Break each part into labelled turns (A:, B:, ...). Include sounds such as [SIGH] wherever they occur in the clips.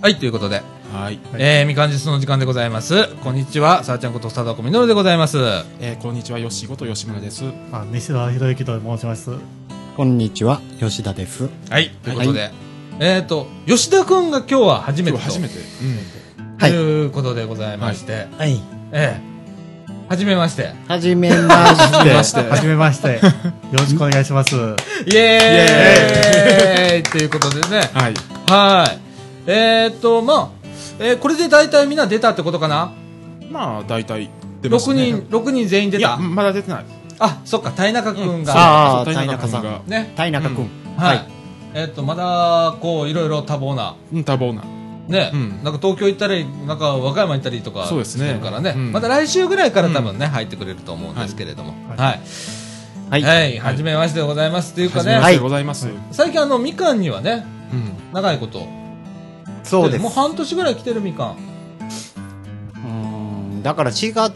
A: はい、ということで、
B: はい、
A: えー、みかんじつの時間でございます。こんにちは、さあちゃんことさだこみのるでございます。は
B: えーこんにちは、よしごと吉村です。
C: あ西田博之と申します。
D: こんにちは、吉田です。
A: い、ということで、えっ、ー、と、吉田くんが今日は初め
B: 今
A: て
B: 日
A: と
B: 初めて。
D: はい
A: ということでございまして、
D: はい。
A: ええ初めまして。
D: はじめまして。
B: して
C: はじめまして。よろしくお願いします。
A: イエーイということでね、
B: はい。
A: はい。えっ、ー、と、まあ、えーこれで大体みんな出たってことかな、
B: まあ、大体出ま
A: 六
B: すね。
A: 人、六人全員出
B: いや、
A: た。
B: まだ出てない。
A: あ、そっか、田中くんが。
D: ああ、
B: そう
D: 田
B: 谷
D: 中
B: 中
D: さ
B: さ
D: ん
B: ん。が、
A: ね。
D: 田中くん。
A: はい。えっ、と、まだ、こう、いろいろ多忙な。
B: うん、多忙な。
A: ね、
B: うん
A: なんか東京行ったり、なんか和歌山行ったりとか
B: そうですね
A: してるからね、
B: うん
A: また来週ぐらいから多分ね、入ってくれると思うんですけれども、は、
C: はいい
A: はい、
D: は。
A: はいいはじめましてでございますというか
B: 初
A: ね、
B: めま
D: は
B: し
D: い
B: てございます。
A: 最近あのみかんにはね、
B: うん。
A: 長いこと、
D: そうです。
A: もう
D: う
A: 半年ぐらい来てるみかん、
D: ーんだから4月、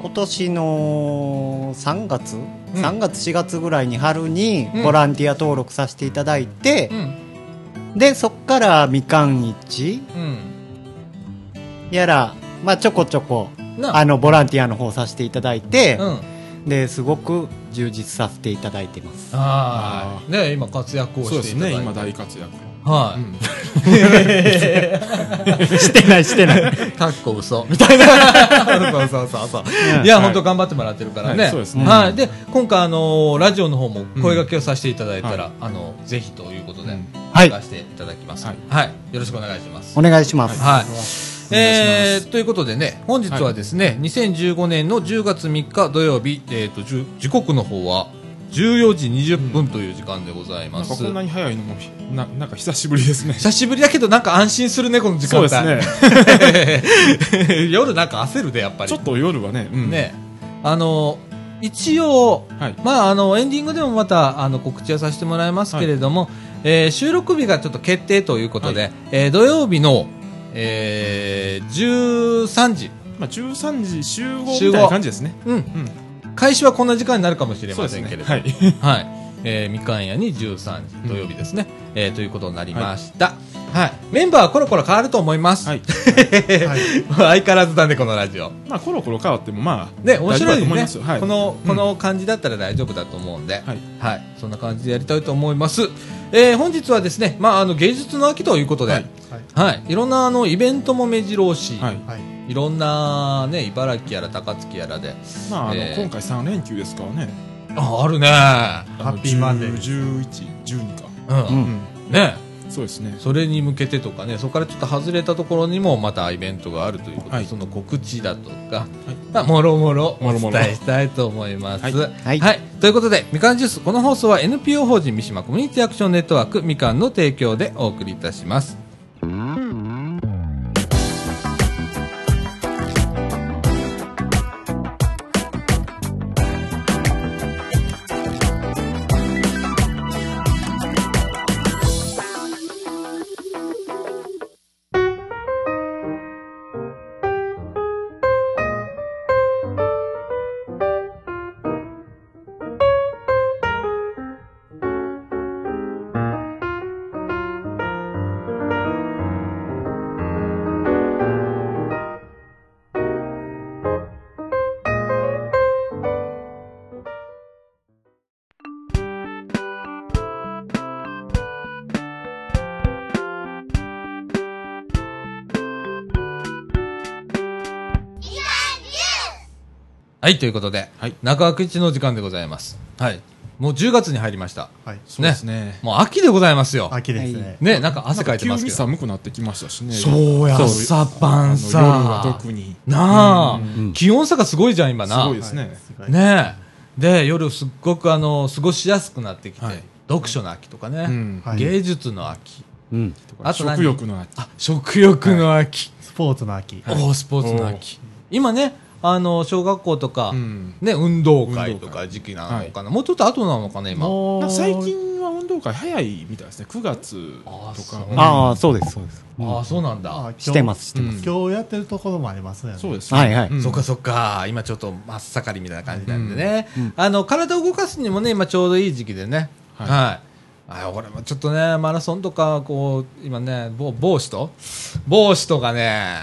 D: 今年の3月、
A: ん
D: ?3 月4月ぐらいに春に
A: うん
D: ボランティア登録させていただいて
A: う、ん、
D: で、そっからみかん市
A: うん、
D: やら、まあちょこちょこ、
A: な
D: あの、ボランティアの方させていただいて
A: う、ん、
D: で、すごく充実させていただい
A: [LAUGHS]
D: てます。
A: あーね、今、活躍を
B: そう
A: して
B: で
A: い
B: す
A: ただい
B: ね、
A: て、
B: 今大活躍。
A: は [LAUGHS]
B: うん。
D: してない、してない。
A: い、 [LAUGHS] かっこ嘘みたいな、 [LAUGHS] そうそうそうそう、いや、
B: はい
A: 本当、頑張ってもらってるからね、
B: はいそうですね
A: はい、で今回、あのラジオの方も声掛けをさせていただいたら、あのぜひということで。
B: うん
D: はい
A: 出。していただきます。は
B: はいい、
A: よろしくお願いします。
D: [LAUGHS] お願いします。
A: はい
C: お願いしま。
A: えー、ということでね、本日はですね、2015年の10月3日土曜日、えっ、と、じゅ時刻の方は14時20分という時間でございま
B: なんか
A: す。
B: こんなに早いのも、ななんか久しぶ
A: [LAUGHS]
B: りですね。
A: 久しぶりだけどなんか安心するね、この時間
B: そう
A: 帯。
B: ですね。
A: ね。 [LAUGHS] 夜なんか焦るで、やっぱり。
B: ちょっと夜はね、うん。
A: ね。あの、一応、
B: はい。
A: まあ、あのエンディングでもまたあの告知はさせてもらいますけれども、えー収録日がちょっと決定ということで、えー土曜日の、えー13時、
B: まあ、13時集合みたいな感じですね。
A: うん、
B: うん。
A: 開始はこんな時間になるかもしれ
B: そ
A: ま
B: うで
A: せ
B: す
A: んけれ
B: ね。
A: ども、
B: はい。
A: はいえーみかん屋に13時土曜日ですね、えーということになりました、はいメンバーはコロコロ変わると思います、
B: はい。
C: はい。
A: [LAUGHS] 相変わらずだねこのラジオ
B: まあ、コロコロ変わっても、まあ、
A: ね、面白い
B: 大丈夫だと思い
A: で
B: ますす
A: ね、
B: よはい
A: この
B: うん
A: この感じだったら大丈夫だと思うんで、は
B: はいい
A: そんな感じでやりたいと思います、えー本日はですね、まあ、あの芸術の秋ということで、は
B: はいい
C: はい。
A: い、ろんなあのイベントも目白押し、、
B: はいい。
C: はい。
A: ろんな、ね、茨城やら高槻やらで
B: まあ、あの、
A: えー
B: 今回3連休ですからね。
A: ああるね,、
C: ハッピーマンデー。
B: ー。11、12か。
A: う
D: うんん
B: うん。
A: ね
B: そうですね。
A: それに向けてとかねそこからちょっと外れたところにもまたイベントがあるということで、
B: はい
A: その告知だとか、まあ、もろもろお
B: もろ
A: 伝
B: もろ
A: えしたいと思います。
B: はい
D: はい
A: はい。ということで、みかんジュース、この放送は NPO 法人三島コミュニティアクションネットワークみかんの提供でお送りいたします。はい。ということで、
B: はい
A: 中枠一の時間でございます。はい。もう10月に入りました。
C: はい。
B: そうですね。
A: もう秋でございますよ。
C: 秋ですね。
A: ね、なんか汗かいてます
B: 急
A: け
B: に
A: ど。
B: 寒くなってきましたしね。
A: そうや、
B: そう
A: 朝晩さ。
B: あの夜は特に。
A: なあ、
D: ん
A: 気温差がすごいじゃん、今な。
B: すごいですね
C: はい
A: ねえ。で、夜すっごくあの、過ごしやすくなってきて、
B: はい
A: 読書の秋とかね、
B: うん
C: はい
A: 芸術の秋、
D: うん。
A: あと何
B: 食欲の秋。
A: あ、食欲の秋、
C: スポーツの秋。
A: おースポーツの秋。今ね、あの、小学校とか、
B: うん
A: ね、運動会とか
B: 運動会
A: 時期なのかな、もうちょっと後なのかな、今。
C: も
B: なんか最近は運動会早いみたいですね。9月と
A: そ
B: か
A: う。
B: うん
D: ああ、そうです、そうです。
A: ああ、そうなんだ。
C: あ今日
D: してます、してます。
C: 今日やってるところもありますね。
B: そうですね。
D: はいはい。
B: うん
A: そっかそっか、今ちょっと真っ盛りみたいな感じなんでね、あの体を動かすにもね、今ちょうどいい時期でね、は、
B: はいい
A: あ俺もちょっとねマラソンとかこう今ね某某氏と某氏とかね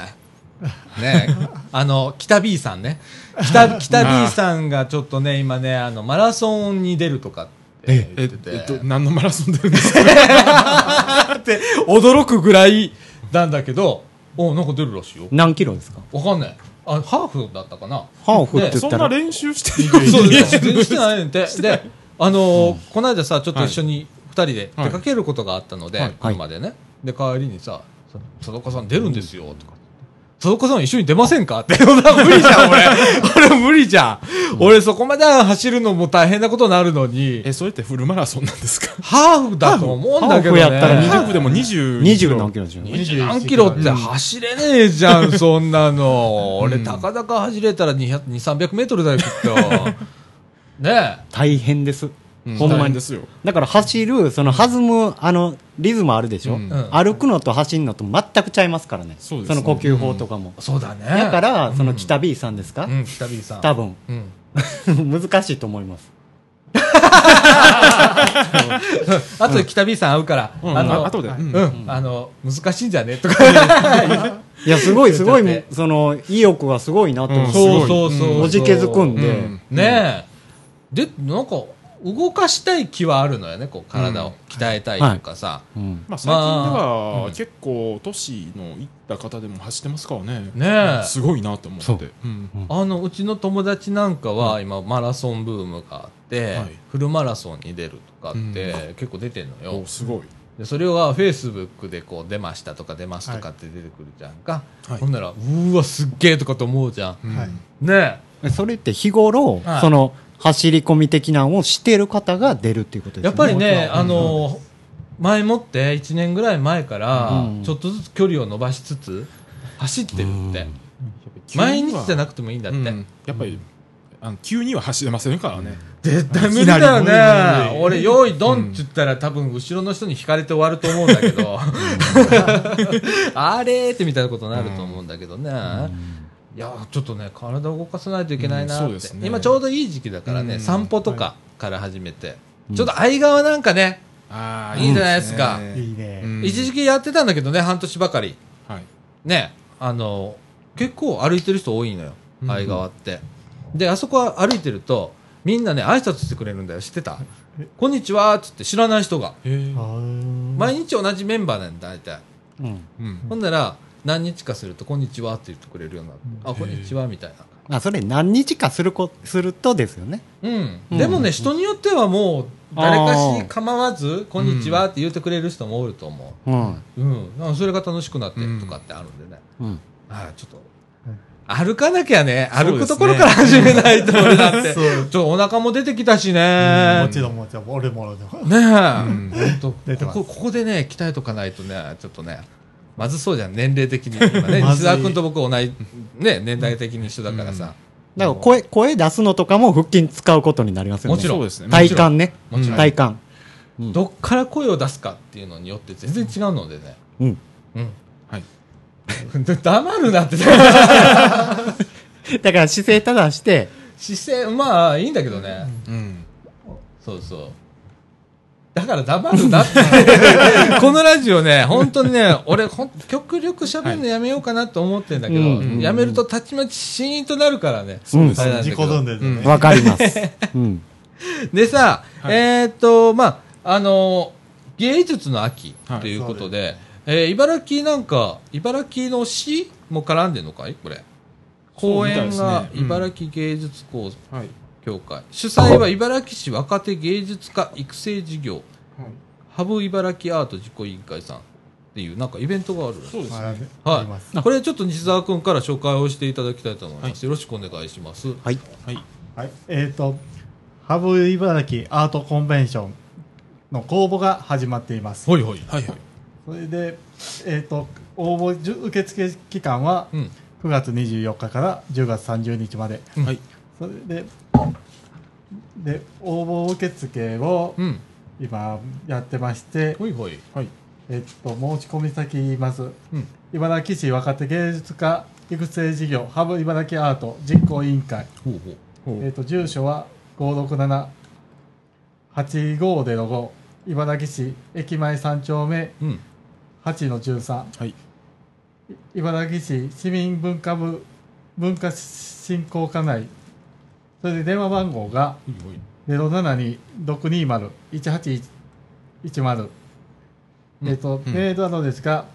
A: ねあの北 B さんね北北 B さんがちょっとね今ねあのマラソンに出るとかって
B: え
A: 言
B: っ
A: ってて
B: と、何のマラソン出るん
D: [LAUGHS]
B: ですか
A: って驚くぐらいなんだけどおなんか出るらしいよ
D: 何キロですか
A: わかんないあハーフだったかな
D: ハーフ
A: ね
D: って
B: そ
D: 言
B: ん
D: った
B: な
D: ら、
B: 練習してい
A: そ
B: いうい
A: です全然してないねんてであのーこの間さちょっと一緒に2人で出かけることがあったので、
B: はい
A: 車でねで帰りにさ「佐岡さん出るんですよ」とか「佐岡さん一緒に出ませんか?」って [LAUGHS] そんな無理じゃん俺俺無理じゃん、俺そこまで走るのも大変なことになるのに
B: え、それってフルマラソンなんですか
A: ハーフだと思うんだけど、ね、
D: ハーフやったら
B: ハーフでも20。
D: 20何キロでしょ
A: 20何キロって走れねえじゃん、そんなの。俺、たかだか走れたら200、200 300メートルだよ、きっと。ね
D: 大変です。
B: うん
D: ほん
B: 大
D: ま
B: 変
D: に
B: で。すよ。
D: だから走る、その弾む、あの、リズムあるでしょ、
B: うん
D: 歩くのと走るのと全くちゃいますからね。
B: そうです
D: そ
B: ね
D: の呼吸法とかも
A: え。。そうだね。
D: だから、その
A: うん
D: 北 B さんですか、
A: うん、北 B さん。
D: 多分、
A: うん。 [LAUGHS]
D: 難しいと思います。
A: あとで北 B さん会うから、
B: うん
A: あ
B: あ
A: の、
B: 後で。うん
A: うん、あの、難しいんじゃねとか。
D: いや、すごいすごい
A: だって、
D: その、意欲がすごいなと思
B: う
D: うんそう
B: そうそうそう
D: おじけづくんで、
B: うん
A: [LAUGHS] ねえ。で、なんか、動かしたい気はあるのよね、こう、体を鍛えたいとかさ。
D: うん
B: まあ、最近で
A: まあうん
B: は結構都市の行った方でも走ってますからね。
A: ねえ
B: すごいなと思
D: そ
B: っ
D: う
B: て。うん
A: あのうちの友達なんかは今マラソンブームがあって、
B: はい
A: フルマラソンに出るとかって結構出てんのよ、
B: おすごい。
A: でそれはフェイスブックでこう出ましたとか出ますとかって出てくるじゃんか、
B: はい
A: ほんならうーわすっげえとかと思うじゃん
B: うん
C: はい
A: ね
D: それって日頃、
A: はい
D: その、走り込み的なのをしてる方が出るっていうこと
A: え
D: です
A: やっ
D: よね。
A: ぱりねあの前もって1年ぐらい前から
D: うん
A: ちょっとずつ距離を伸ばしつつ走ってるって、
D: うん
A: 毎日じゃな
B: く
A: くてもいいんだ
B: て
A: って、
B: やっぱり、あの急には走れませんからね。
A: 絶対無理だ
C: いきなり
A: よ
C: 無
A: ね
C: 理
A: 俺用意ドンって言ったら多分後ろの人に引かれて終わると思うんだけど [LAUGHS] あれーってみたいなことになると思うんだけどね、いやちょっとね体を動かさないといけないな
B: うんそう
A: っ
B: で
A: て、
B: すね
A: 今ちょうどいい時期だからね、
B: うん
A: 散歩とかから始めて、
D: うん
A: ちょっと相川なんかね
B: あ
A: いいじゃないですか
C: いいね。
A: 一時
B: 期。
A: 期やってたんだけどね半年ばかり
B: はい。
A: ねあの結構歩いてる人多いのよ
B: うん
A: 相川って、であそこは歩いてるとみんなね挨拶してくれるんだよ知ってた「こんにちは」っつって知らない人が
B: へー
C: あー
A: 毎日同じメンバーなんだ大体、
D: うん
B: うん
A: ほんなら何日かすると「こんにちは」って言ってくれるようになって「あこんにちは」みたいな
D: まあ、それ何日かするこするとですよね。
A: うん、
D: うん
A: でもね、人によってはもう誰かし構わず「こんにちは」って言ってくれる人もおると思
D: うん。
A: う、うん、なんかそれが楽しくなってとかってあるんでね、
D: うん。
A: ああちょっと
C: うん
A: 歩かなきゃね
B: そう
A: 歩
B: ですね
A: くところから始めないと俺だってち
C: そ
A: ょっとお腹も出てきたし
C: も
A: ね、
C: ちろんもちろん、俺も俺も。
A: ねえ、
B: ん
A: ほんと
C: 出
A: こ
C: てます
A: こここでね鍛えとかないとねちょっとねまずそうじゃん年齢的
C: [LAUGHS]
A: に今ね
C: ま
A: 西
C: ずい
A: 澤君と僕同じ、ね、年代的に一緒だからさ、
D: だから声、声出すのとかも腹筋使うことになりますよね。
A: もちろん
B: そうですね。
D: 体幹ね。
A: もちろん
D: 体幹。うん
A: どっから声を出すかっていうのによって全然違うのでね
D: うん。
A: うん
B: はい
A: [LAUGHS] 黙るなって
D: だから姿勢正して、
A: 姿勢まあいいんだけどね、
B: うん。
A: そうそうだから黙るなって [LAUGHS] このラジオね本当にね俺ほん極力喋るのやめようかなと思ってんだけど、
D: はいうん
A: やめるとたちまちシーンとなるからね、
D: そうです
A: あれなんだけ
C: 事
A: ど
C: 故るんでるね。
D: わかり [LAUGHS] ます。うん。
A: でさ、
B: はい
A: えーっとまああの芸術の秋ということで,、えー茨城なんか茨城の市も絡んでんのかいこれ公演が
B: そうみたい
A: 茨
B: で
A: 城芸術講座
B: はい。
A: 協会、主催は茨城市若手芸術家育成事業ハブ茨城アート実行委員会さんっていうなんかイベントがある
B: そうです
C: はい
B: ね。
C: あ
A: は
C: ります
A: い、これちょっと西澤君から紹介をしていただきたいと思います、よろしくお願いします
D: はい。
B: はい。
C: はい、えっ、と、ハブ茨城アートコンベンションの公募が始まっています。
A: ほいほい
B: はいはい。
C: それで、えっ、と、応募じゅ受付期間は
A: うん
C: 9月24日から10月30日まで。
A: うん
B: はい。
C: それで、で、応募受付を
A: うん
C: 今やってまして、
A: ほいほい
B: はい。
C: えっ、と、申し込み先言います。
A: うん
C: 茨城市若手芸術家育成事業ハブ茨城アート実行委員会
A: ほうほう
B: ほう
C: えっ、と、住所は567-8505、茨城市駅前3丁目
A: うん。
C: 8の13
B: はい
C: 茨城市市民文化部文化振興課内それで電話番号が072-620-1810
A: うん
C: えっと、
B: うん
C: メールアドレスが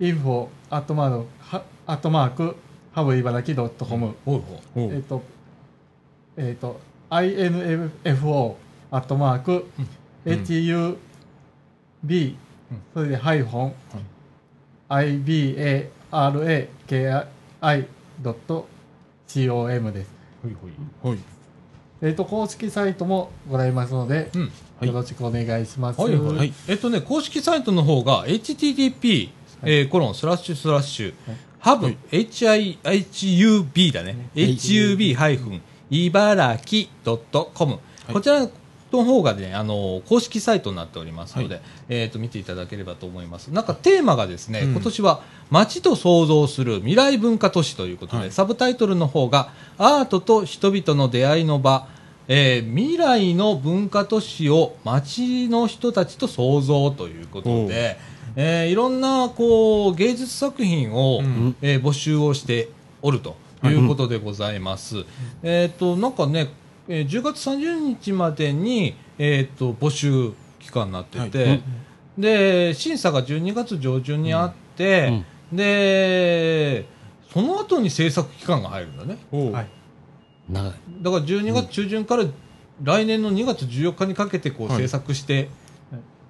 C: info アットマークはアットマークハブ茨城 .com
A: ほうほ
B: お
C: えっ
B: う
C: とえっと info アットマーク hub それでハイフォン ibarai.com です
A: う。ほいほい。
B: はい
C: えっ、と、公式サイトもございますので、
A: うん。
B: はい
C: よろしくお願いします。
A: はいはい、
B: はい
A: えっとね、公式サイトの方が http、えーコロンスラッシュスラッシュ、ハブ、hub だね、hub- 茨城 .com、
B: はい
A: こちらの方がね、あの公式サイトになっておりますので、えっと見ていただければと思います。なんかテーマがですね、
B: うん
A: 今年は街と創造する未来文化都市ということで、
B: はい
A: サブタイトルの方がアートと人々の出会いの場、えー未来の文化都市を街の人たちと創造ということで、えーいろんなこう芸術作品を、
B: うん
A: えー募集をしておるということでございます。えっ、となんかね、えー10月30日までにえっ、と募集期間になってて、
B: は
A: で審査が12月上旬にあって、でその後に制作期間が入るんだね。
B: おう
C: はい
D: 長い
A: だから12月中旬から来年の2月14日にかけてこう
B: はい
A: 制作して、
C: はい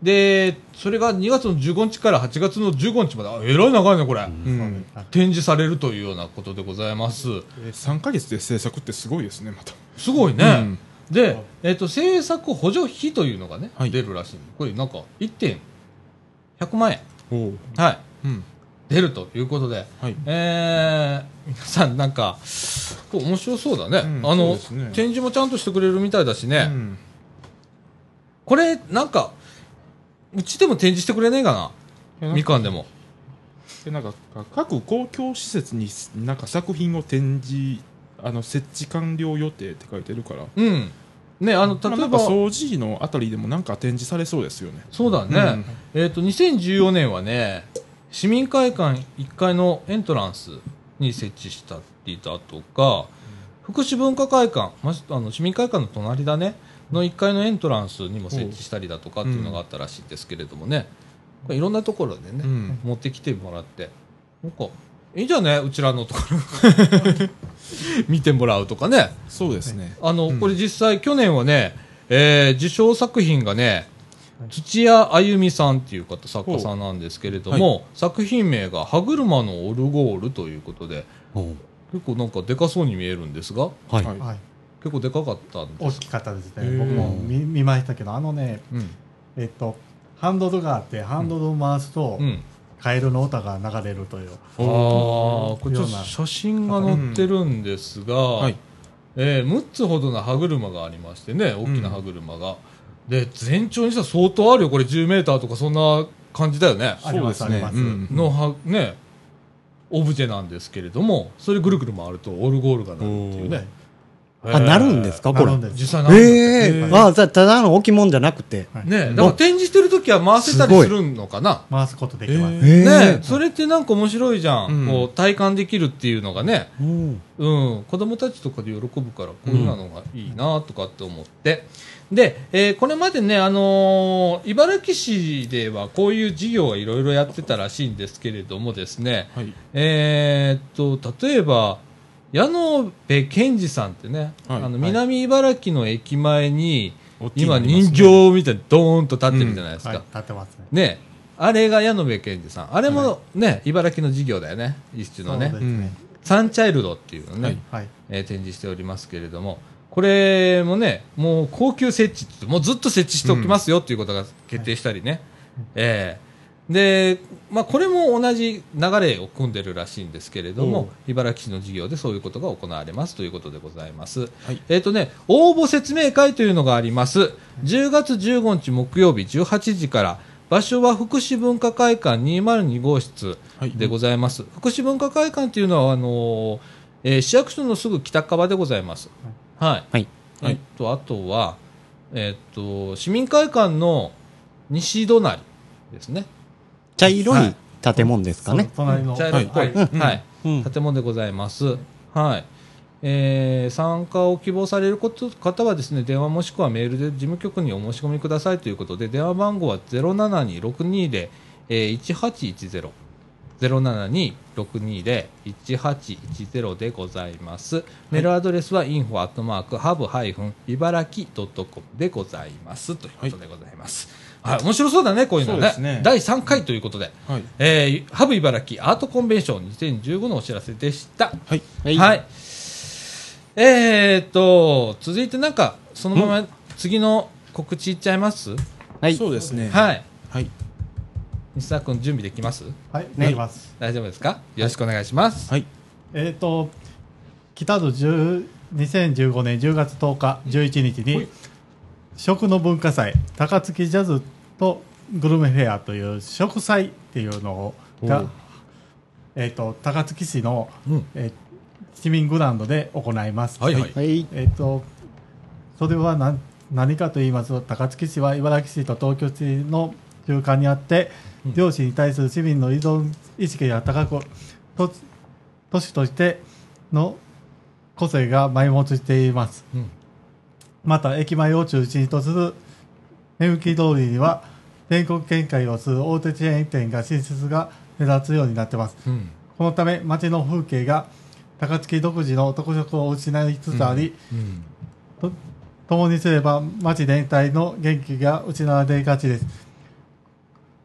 A: でそれが2月の15日から8月の15日まであえらい長いねこれ、
B: うん
A: 展示されるというようなことでございます
B: えー3か月で制作ってすごいですねまた
A: すごいね、
B: うん
A: で、えっと制作補助費というのがね、
B: はい
A: 出るらしいこれなんか1点100万円、
B: おう
A: はい、
B: うん
A: 出るということで、
B: はい
A: えー皆さんなんかこう面白そうだね、
B: うん
A: あ
B: そう
A: の、
B: ですね
A: 展示もちゃんとしてくれるみたいだしね、
B: うん
A: これなんかうちでも展示してくれねえか
B: い
A: な
B: やなんか
A: みかんでも
B: でなんか各公共施設になんか作品を展示あの設置完了予定って書いてるから
A: うんねあの
B: まあ
A: 例
B: な
A: え
B: ん
A: ば
B: か掃除のあたりでもなんか展示されそうですよね
A: そうだね、えっ、と2014年はね市民会館1階のエントランスに設置したりだとか福祉文化会館、まあ、あの市民会館の隣だねの1階のエントランスにも設置したりだとかっていうのがあったらしいですけれどもね、これいろんなところでね、
B: うん
A: 持ってきてもらってなんかいいじゃんねうちらのところ [LAUGHS] 見てもらうとかね
B: そうですね
A: あの、
B: うん
A: これ実際去年はね、えー受賞作品がね
C: はい
A: 土屋あゆみさんっていう方作家さんなんですけれども、作品名が「歯車のオルゴール」ということで
D: おう
A: 結構なんかでかそうに見えるんですが
D: はい、
B: はい
C: はい。
A: 結構でかかったんで
C: 大きかったです
B: へ
C: ね。
B: ー
C: 僕も見見ましたけど、あのね、
A: うん
C: えっと、ハンドルがあって、ハンドルを回すと、
A: うん
C: カエルの歌が流れるという。
A: ああこれちょっと
C: ような
A: 写真が載ってるんですが、
B: はい
A: えー、6つほどの歯車がありましてね大きな歯車が、で全長にしたら相当あるよこれ1 0ーターとかそんな感じだよね
C: あります、
B: そ
C: あ
B: うです
C: り
B: ね
C: ます。
B: うん
A: のはねオブジェなんですけれどもそれぐるぐる回るとオルゴールがなるっていうね、
D: あなるんですかこ
C: な
D: れ
C: るんです。
A: 実際なるんだって
D: ええ
C: えー
D: あじゃあただの置き物じゃなくて
C: はい
A: ねだから展示してる時は回せたり
D: すごい
A: するのかな
C: 回すことできます。
B: え
D: ええ
A: ねそれってなんか面白いじゃん、
B: うん
A: こう体感できるっていうのがね、
D: うん
A: うん、子供たちとかで喜ぶからこういうのがいいなとかって思って、で、えーこれまでね、あのー茨城市ではこういう事業がいろいろやってたらしいんですけれどもですね、
B: はい
A: えーっと例えば矢野部健二さんってね、
B: は
A: あ
B: い
A: の
B: はい
A: 南茨城の駅前に、
B: 大きいの
A: 今
B: あります
A: 人
B: ね
A: 形みたいにドーンと立ってるじゃないですか、
C: はい、立ってますね。
A: ねあれが矢野部健二さんあれもね、茨城の事業だよね一種の
C: そう
A: ね
C: ですね。
A: サンチャイルドっていうのね、
B: はい
C: はい。
A: えー展示しておりますけれどもこれもねもう高級設置って言ってもうずっと設置しておきますよっていうことが決定したりね、えーで、まあ、これも同じ流れを組んでるらしいんですけれども茨城市の事業でそういうことが行われますということでございます、
B: はい
A: えっ、とね応募説明会というのがあります10月15日木曜日18時から場所は福祉文化会館202号室
B: はい
A: でございます、福祉文化会館というのはあのーえー市役所のすぐ北側でございます。はい。
D: はい
A: えっとあとは、えっと、市民会館の西隣ですね。
D: 茶色い建物ですか
C: その
D: ね。
C: 隣の。
A: 茶色っぽい、
C: は
A: はいはい
D: うん
A: 建物でございます。はい。えー参加を希望されること方はですね電話もしくはメールで事務局にお申し込みくださいということで電話番号は072-620-1810 072-620-1810でございますメールアドレスは info.hub-ibaraki.com でございますということでございます、はい、面白そうだねこういうの
B: そうで
A: ね
B: すね
A: 第3回ということで、
B: はい
A: えーハブ茨城アートコンベンション2015のお知らせでした。
B: はい
A: はい。えーっと、続いてなんか、そのまま次の告知いっちゃいます、
D: はい。
B: そうですね
A: はい。
B: はい
A: 西沢君、準備できます
C: はい、なります。
A: 大丈夫ですかよろしくお願いします。
B: はい
C: えっ、と、北の10 2015年10月10日、11日
B: は
C: に
B: い、
C: 食の文化祭、高槻ジャズとグルメフェアという食祭っていうのを
B: おう
C: が、えっ、と、高槻市の、
A: うん
C: えー市民グラウンドで行います。
A: はいはい
D: はい。
C: えっ、と、それは何何かと言いますと、高槻市は茨城市と東京市の中間にあって、
A: うん
C: 漁師に対する市民の依存意識が高く、都都市としての個性が埋没しています。
A: うん
C: また、駅前を中心とする目向き通りには、全国展開をする大手チェーン店が進出が目立つようになってます。
A: うん
C: このため、街の風景が高槻独自の特色を失いつつあり、
A: うん
C: と共にすれば町全体の元気が失われがちです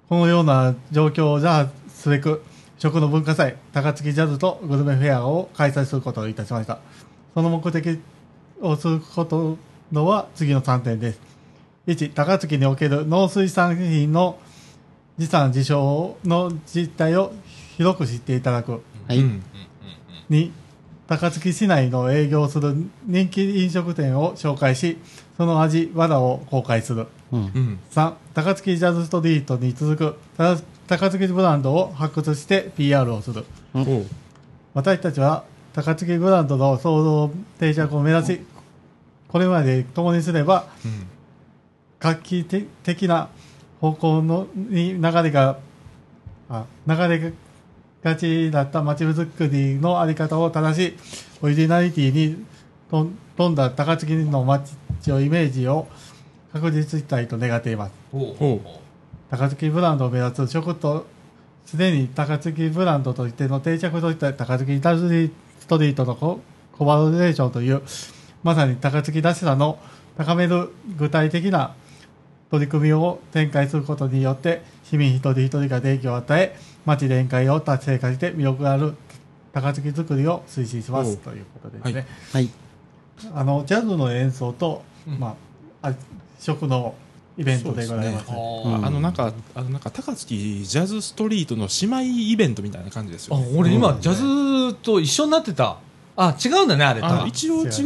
C: このような状況をじゃあすべく食の文化祭高槻ジャズとグルメフェアを開催することをいたしましたその目的をすることのは次の3点です1高槻における農水産品の持産自称の実態を広く知っていただく
D: はい。
B: うん
C: 2高槻市内の営業する人気飲食店を紹介しその味藁を公開する
D: うん
B: うん
C: 3高槻ジャズストリートに続くた高槻ブランドを発掘して PR をする
B: お
D: うん
B: う
C: 私たちは高槻ブランドの創造定着を目指しこれまで共にすれば
B: うん
C: 画期的な方向のに流れがあ流れがちだった街づくりのあり方を正しオリジナリティにとん富んだ高槻の街をイメージを確実したいと願っています
A: ほう
B: ほう
C: 高槻ブランドを目指す食とすでに高槻ブランドとしての定着とした高槻ダズストリートのココラボレーションというまさに高槻らしさの高める具体的な取り組みを展開することによって市民一人一人が電気を与え町全開を達成化して魅力がある高槻づくりを推進しま
B: おう
C: すということですね。
B: はい
D: はい。
C: あのジャズの演奏と、
A: うん
C: まあ、あ食のイベントでございます。
A: ほう
D: うん
B: あのなんかあのなんか高槻ジャズストリートの姉妹イベントみたいな感じですよ、
A: あ
B: ね、
A: 俺今ジャズと一緒になってたあ違うんだねあれと
B: あ
A: あ
B: 一応違う
C: 違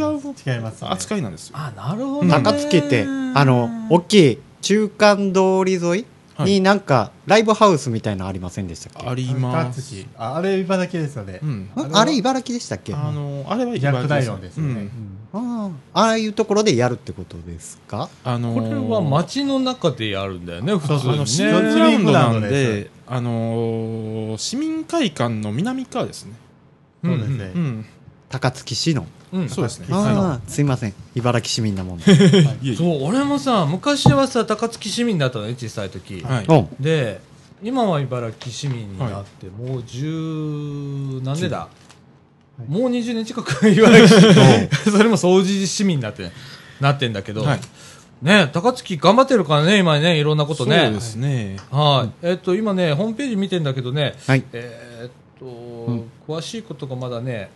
C: いますね
B: 扱いなんですよ、
A: なるほどね
D: 高槻って、あの、大きい中間通り沿い
B: はい
D: になんか、ライブハウスみたいなのありませんでしたっけ
B: あります
C: 高槻ああれ茨城ですよね。
B: うん
C: あれは
D: あれ茨城でしたっけ
B: あ
D: あ
B: のあれは
C: ジャックダイロ
B: ロ
C: ンですよね。うん
D: あああいうところでやるってことですか
B: あの
A: これは街の中でやるんだよね普通
C: そうそう
B: あの
A: に
B: 市
A: ね
B: 民
C: そう
B: グラウンドなん
C: 市民グラウンドで
B: で、あのー市民会館の南側ですね。
A: うん
C: そうです
B: う
C: ね。
B: ん、
D: 高槻市の
A: うん
B: そうですね。は
D: ああすいません茨城市民な
B: [LAUGHS]
D: もんで
B: いいえいえ
A: そう俺もさ昔はさ高槻市民だったのね小さい時、
B: はい。
D: うん
A: で今は茨城市民になって、もう十何年だ、
C: い
A: もう20年近く茨城市 [LAUGHS] それも掃除市民になってなってんだけど、
B: はい
A: ね高槻頑張ってるからね今ねいろんなこと
B: そう
A: ね
B: ですね。
A: はい、えっと今ねホームページ見てんだけどね
D: はい
A: えーっと、
D: ん
A: 詳しいことがまだね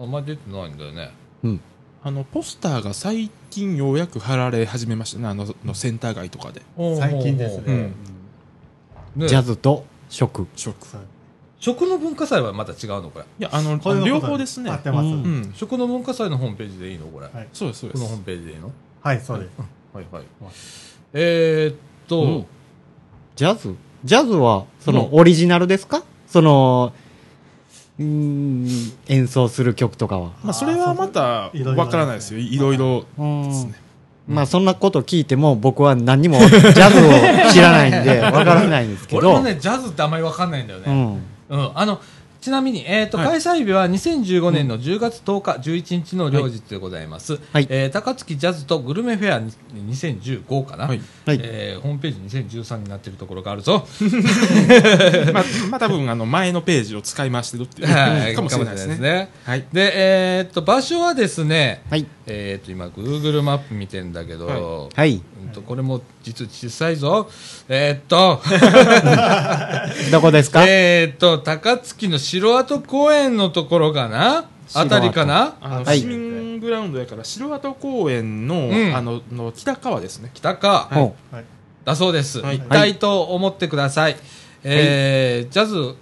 A: あんまり出てないんだよね
D: うん
B: あのポスターが最近ようやく貼られ始めましたね。あののセンター街とかで
C: 最近ですね。
B: う
C: うんん
A: ね
D: ジャズと食
B: 食。
C: そう
A: 食の文化祭はまた違うのこれ
B: いやあの
C: こういうの
B: 両方ですね
C: 合っ。てます。
D: う
B: うんん。
A: 食の文化祭のホームページでいいのこれ、
C: はい
B: そうですそうで
A: このホーム
B: す。
A: ページでいいの
C: はい、そうです。
A: はいはい。えーっと、
D: うんジャズジャズはその
A: うん
D: オリジナルですかそのうーん演奏する曲とかは
B: まあそれはまた
C: いろいろ
B: わからないですよ。いろいろ
D: うん
B: ですね。
D: まあそんなこと聞いても僕は
A: [LAUGHS]
D: 何もジャズを知らないんでわからないんですけ
A: 俺
D: ど、
A: もねジャズってあんまりわかんないんだよ
D: う
A: ね、
D: ん、
A: うんあのちなみに、えーと
B: はい
A: 開催日は2015年の10月10日、11日の両日でございます、
D: はい
A: えー高槻ジャズとグルメフェアに2015かな、
B: はい
D: はい
A: えーホームページ2013になってるところがある
B: [LAUGHS]
A: ぞ、
B: まあ、まあ、多分あの前のページを使い回してるっていう
A: はい
B: かもしれないです
A: かもしれないですね
B: ね。はい。
A: で、えーっと、場所はですね、
D: はい
A: えーっと、今、Google マップ見てんだけど、
B: はい
D: はい
A: うんとこれも実は小さいぞ。えーっと、
D: どこですか、
A: えーっと、高槻の城跡公園のところかな
D: 城
A: あ
D: 跡
A: たりかな
B: あの
D: はい
B: 市民グラウンドやから城跡公園の,、
A: うん
B: あのの北側ですね。
A: 北か、
B: はい
D: ほ
C: はい
A: だそうです。
B: はい
A: 一体と思ってください。えージャズ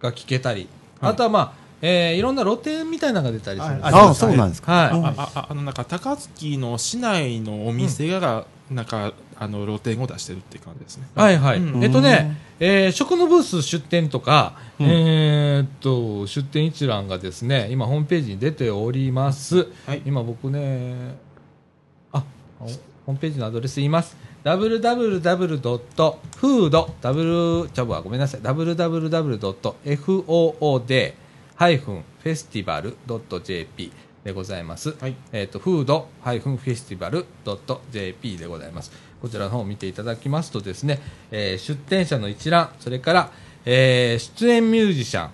A: が聴けたり、
B: はい
A: あとはまあ、えーいろんな露店みたいなのが出たりするん
D: う
A: です
C: あ
D: ああそうなんですか、
A: はい。
B: ああああのなんか高槻の市内のお店が、なんかあの露店を出してるっていう感じですね。
A: はいはい。
B: うん
A: えっとね、えー食のブース出店とか、えーっと、出店一覧がですね、今ホームページに出ております。
B: はい
A: 今僕ね、あ、ホホームページのアドレス言います。www.food, w, ちゃうわごめんなさい。www.food-festival.jp でございます。
B: はい
A: えっ、ー、と、food-festival.jp でございます。こちらの方を見ていただきますとですね、えー出展者の一覧、それから、えー出演ミュージシャン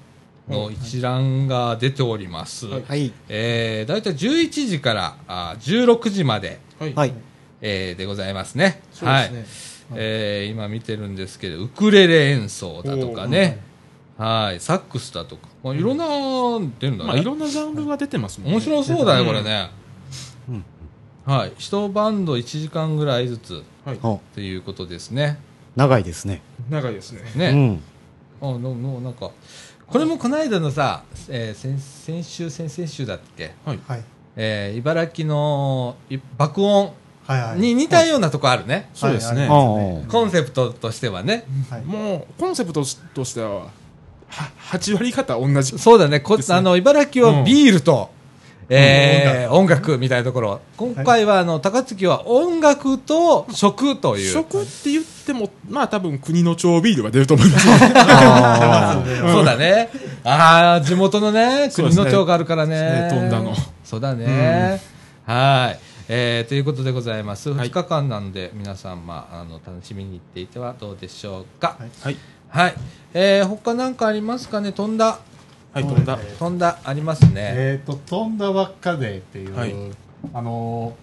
A: の一覧が出ております。
B: はい
D: はい
A: えー、だいたい11時からあー16時まで、
B: はい
D: はい
A: えーでございますね。
B: そうですね
A: はいえー今見てるんですけど、ウクレレ演奏だとかね、はい、サックスだとか、まあ、いろんな、出るんだね。
B: まあいろんなジャンルが出てますもんね。
A: 面白そうだね、
B: うん
A: これね、
D: うん
A: はい一バンド1時間ぐらいずつ
B: はい。
D: ほ
A: ということですね
D: 長いですね
B: 長いですね。
D: う
A: ね、
D: ん
A: あののなんかこれもこの間のさ、えー先先週先々週だっけ、
C: はい
A: えー茨城のい爆音
C: はいはい
A: に似たようなとこあるね、
B: そうですね。
C: はいはい
D: お
A: コンセプトとしてはね、
C: はい
B: もうコンセプトとしてはは8割方同じ。
A: そうだねこ
B: ですね
A: あの茨城はビールと、えー音楽みたいなところ今回はあの高槻は音楽と食という
B: 食って言っても、まあ多分国の調ビールが出ると思
A: [LAUGHS]
B: います。
D: あ
C: 出ます
A: そうだね。ああ、地元のね、
B: そうで
A: 国
B: すね
A: の長があるからね。
B: そうですね飛んだの
A: そうだね。はい。えーということでございます。
B: はい
A: 2日間なんで、皆さん、まあ、あの、楽しみに行っていてはどうでしょうか。は
C: はいい。
B: はい。
A: えー他なんかありますかね飛んだ、
B: はい、飛んだ。
A: 飛んだ、ありますね。
C: えっ、と、飛んだばっかでっていう、
B: はい
C: あの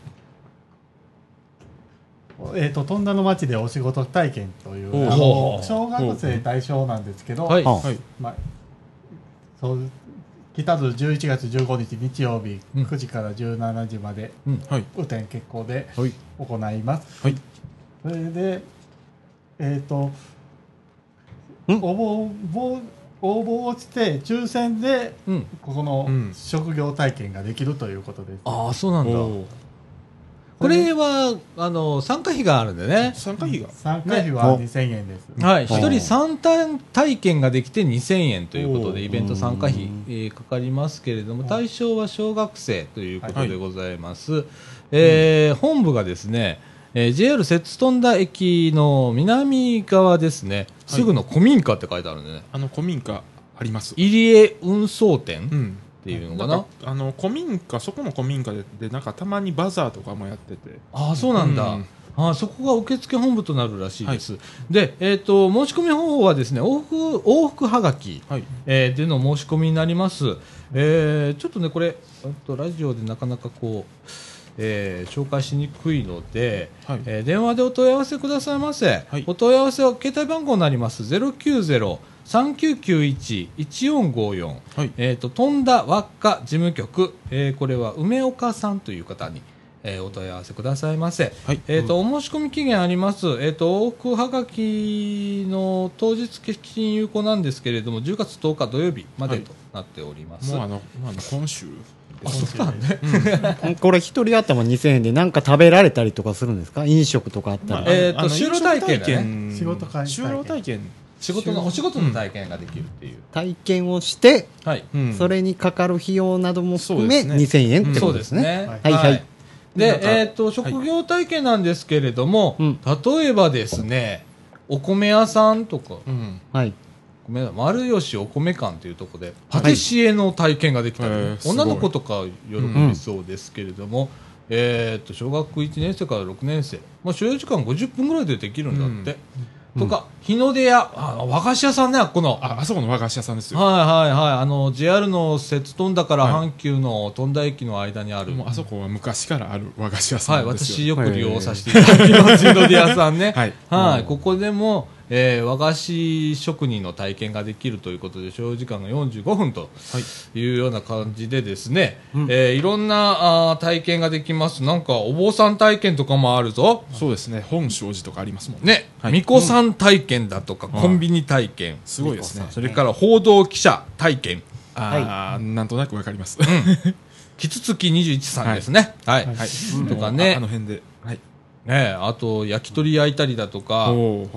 C: ーえっ、と、飛んだの町でお仕事体験という、
B: おう
C: あ
A: お
C: の
A: う
C: ー小学生対象なんですけど、
A: はい。
D: あ
B: はい。
C: まあ、そう、来たる11月15日日曜日、
A: うん
C: 9時から17時まで、
B: はい。
C: 雨天決行で
B: はい。
C: 行います。
B: はい。
C: それで、えっ、と、
D: ん
C: 応募応募、応募をして、抽選で、
A: うん。
C: ここの
B: うん
C: 職業体験ができるということです。
A: ああ、そうなんだ。
B: おー
A: これは、あの、参加費があるんでね。
B: 参加費が。
C: 参加費は2000円です。
A: はい、
D: あー
A: 1人3体体験ができて2000円ということ
B: お
A: で
B: ー
A: イベント参加費
D: うん、
A: えーかかりますけれども
C: はい
A: 対象は小学生ということ
B: はい
A: でございます、えー本部がですね、えー、JR 摂津富田駅の南側ですねすぐの古民家って書いてあるんでね、
B: あの、古民家あります。
A: 入江運送店
B: う
A: っ
B: ん。
A: ていうのかな,、
B: なんかあの古民家そこの古民家ででなんかたまにバザーとかもやってて
A: ああそうなんだ、
B: うん
A: ああそこが受付本部となるらしいです、で、えー、と申し込み方法はですね往復往復はがき
B: はい
A: えー、での申し込みになります、えーちょっとね、これ、あとラジオでなかなかこう、えー紹介しにくいので、
B: はい
A: えー電話でお問い合わせくださいませ、
B: はい
A: お問い合わせは携帯番号になります、090-3991-1454、
B: はい
A: えー、と飛んだ輪っか事務局、えーこれは梅岡さんという方に、えーお問い合わせくださいませ。
B: はい
A: えー、とお申し込み期限あります、えー、と往復はがきの当日欠勤有効なんですけれども10月10日土曜日までとなっております。
B: もうあのもうあの今週
A: あそうなんだね
B: [LAUGHS]
D: あこれ一人頭2000円で何か食べられたりとかするんですか飲食とかあったら、
A: あえーと
B: あの
A: 就労体験だね
C: 仕事会
B: 就労体験
A: 仕事のお仕事の体験ができるっていう、
D: 体験をして
A: はい
B: うん
D: それにかかる費用なども含
B: そうで
D: め、
B: すね
D: 2000円って
A: そ
D: こ
A: う
D: とで
A: ですす
D: ね。
A: ね。
C: はい
D: はいはい
A: で、
B: なんか
A: えっ、と、職業体験なんですけれども、
D: うん
A: 例えばですね、お米屋さんとか、
B: うん
D: はい。
A: ごめんなさい丸吉お米館というところで、パティシエの体験ができたり、
B: へーすごい
A: 女の子とか喜びそうですけれども、えーっと、小学1年生から6年生、まあ、所要時間50分ぐらいでできるんだって。とか、日の出屋、あ和菓子屋さんね、あこの。
B: ああそこの和菓子屋さんですよ
A: はいはいはい、あの JR の摂津富田から
B: は
A: 阪急の富田駅の間にある、
B: もうあそこは昔からある和菓子屋
A: は
B: さ
A: い、
B: んです
A: 私よ
B: よ、
A: く利用させていただきます、日の出屋さんね。
B: [LAUGHS] はい
A: はい、
B: うん
A: ここでも、えー和菓子職人の体験ができるということで、所要時間が45分というような感じでですね、い、えーいろんなあー体験ができます。なんか、お坊さん体験とかもあるぞ。
B: そうですね本庄寺とかありますもんね
A: ね、
B: はい
A: 巫女さん体験だとか、
B: ん
A: コンビニ体験。
B: すごいですね
A: それから報道記者体験。
B: ああなんとなくわかります、
A: キツツキ21さんですね。はい。
C: はい
B: はい
A: とかね
B: ああの辺ではい
A: ねあと、焼き鳥焼いたりだとか、
B: おー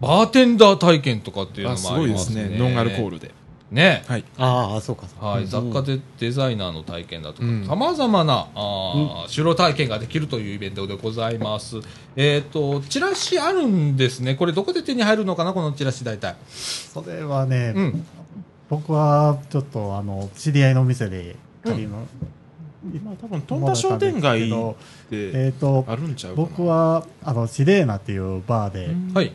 A: バーテンダー体験とかっていうの
B: あす
A: もあ
B: ごい
A: り
B: で
A: ます
B: す
A: ね。
B: ねノンアルコールで
A: ね
B: はい
D: ああ、そうかそうか。
A: はい
D: うん
A: 雑貨でデザイナーの体験だとか
B: うん
A: さまざまなあー狩猟体験ができるというイベントでございます。えっ、とチラシあるんですねこれどこで手に入るのかなこのチラシ大体。
C: それはね、
A: うん、
C: 僕はちょっとあの知り合いのお店で借りの、
B: まあ多分富田商店街っ
C: え
B: て
C: っ、と
B: あるんちゃうかな
C: 僕はあのシレーナっていうバーで,、
A: はい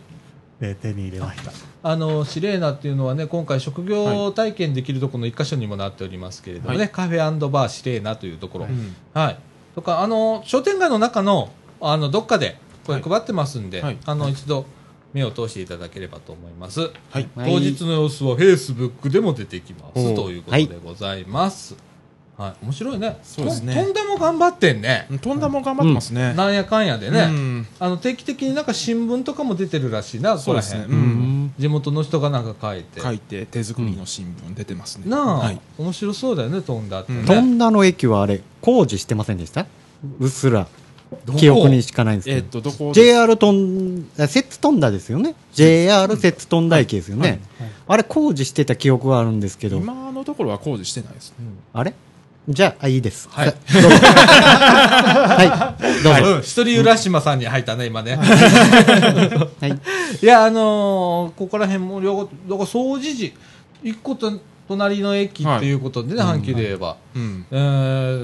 C: で手に入れました
A: あのシレーナっていうのはね今回職業体験できるところの一箇所にもなっておりますけれどもね、
B: はい
A: カフェバーシレーナというところ、
B: う
A: はい
B: ん
A: とかあの商店街の中のあのどっかでこれ
B: はい
A: 配ってますんで、
B: はい
A: あの一度目を通していただければと思います。
B: はい
D: はい
A: 当日の様子はフェイスブックでも出てきます、
B: おう
A: ということでございます。はい、面白いね。
B: そうですね
A: ととんだも頑張ってんね。
B: 飛んだもん頑張ってますね、
A: なんやかんやで
B: う
A: ね。
B: ん
A: あの定期的になんか新聞とかも出てるらしいな、
B: そうですね
A: こら
B: う
A: 辺
B: ん
A: 地元の人がなんか書いて。
B: 書いて手作りの新聞出てますね、
A: なあ、
B: はい、
A: 面白そうだよね、とんだってね。
B: うん
D: 飛んだの駅はあれ、工事してませんでしたうっすら
A: どこ
D: 記憶にしかないんです
B: え
D: け
B: っ、
D: ど。
B: とどこで
D: JR とん、あ摂津飛んだですよね。JR 摂津飛んだ駅ですよね。あれ工事してた記憶があるんですけど、
B: 今のところは工事してないですね
D: あれじゃあ、いいです。
A: はい
D: さどうぞはい、
A: [LAUGHS]
D: どうぞ。
A: はいうん一人浦島さんに入ったね、今ね。
D: はい。
A: いや、あのーここら辺も両方、だから総除時、一個と隣の駅っていうことでね、阪急で言えば。
B: うん
A: え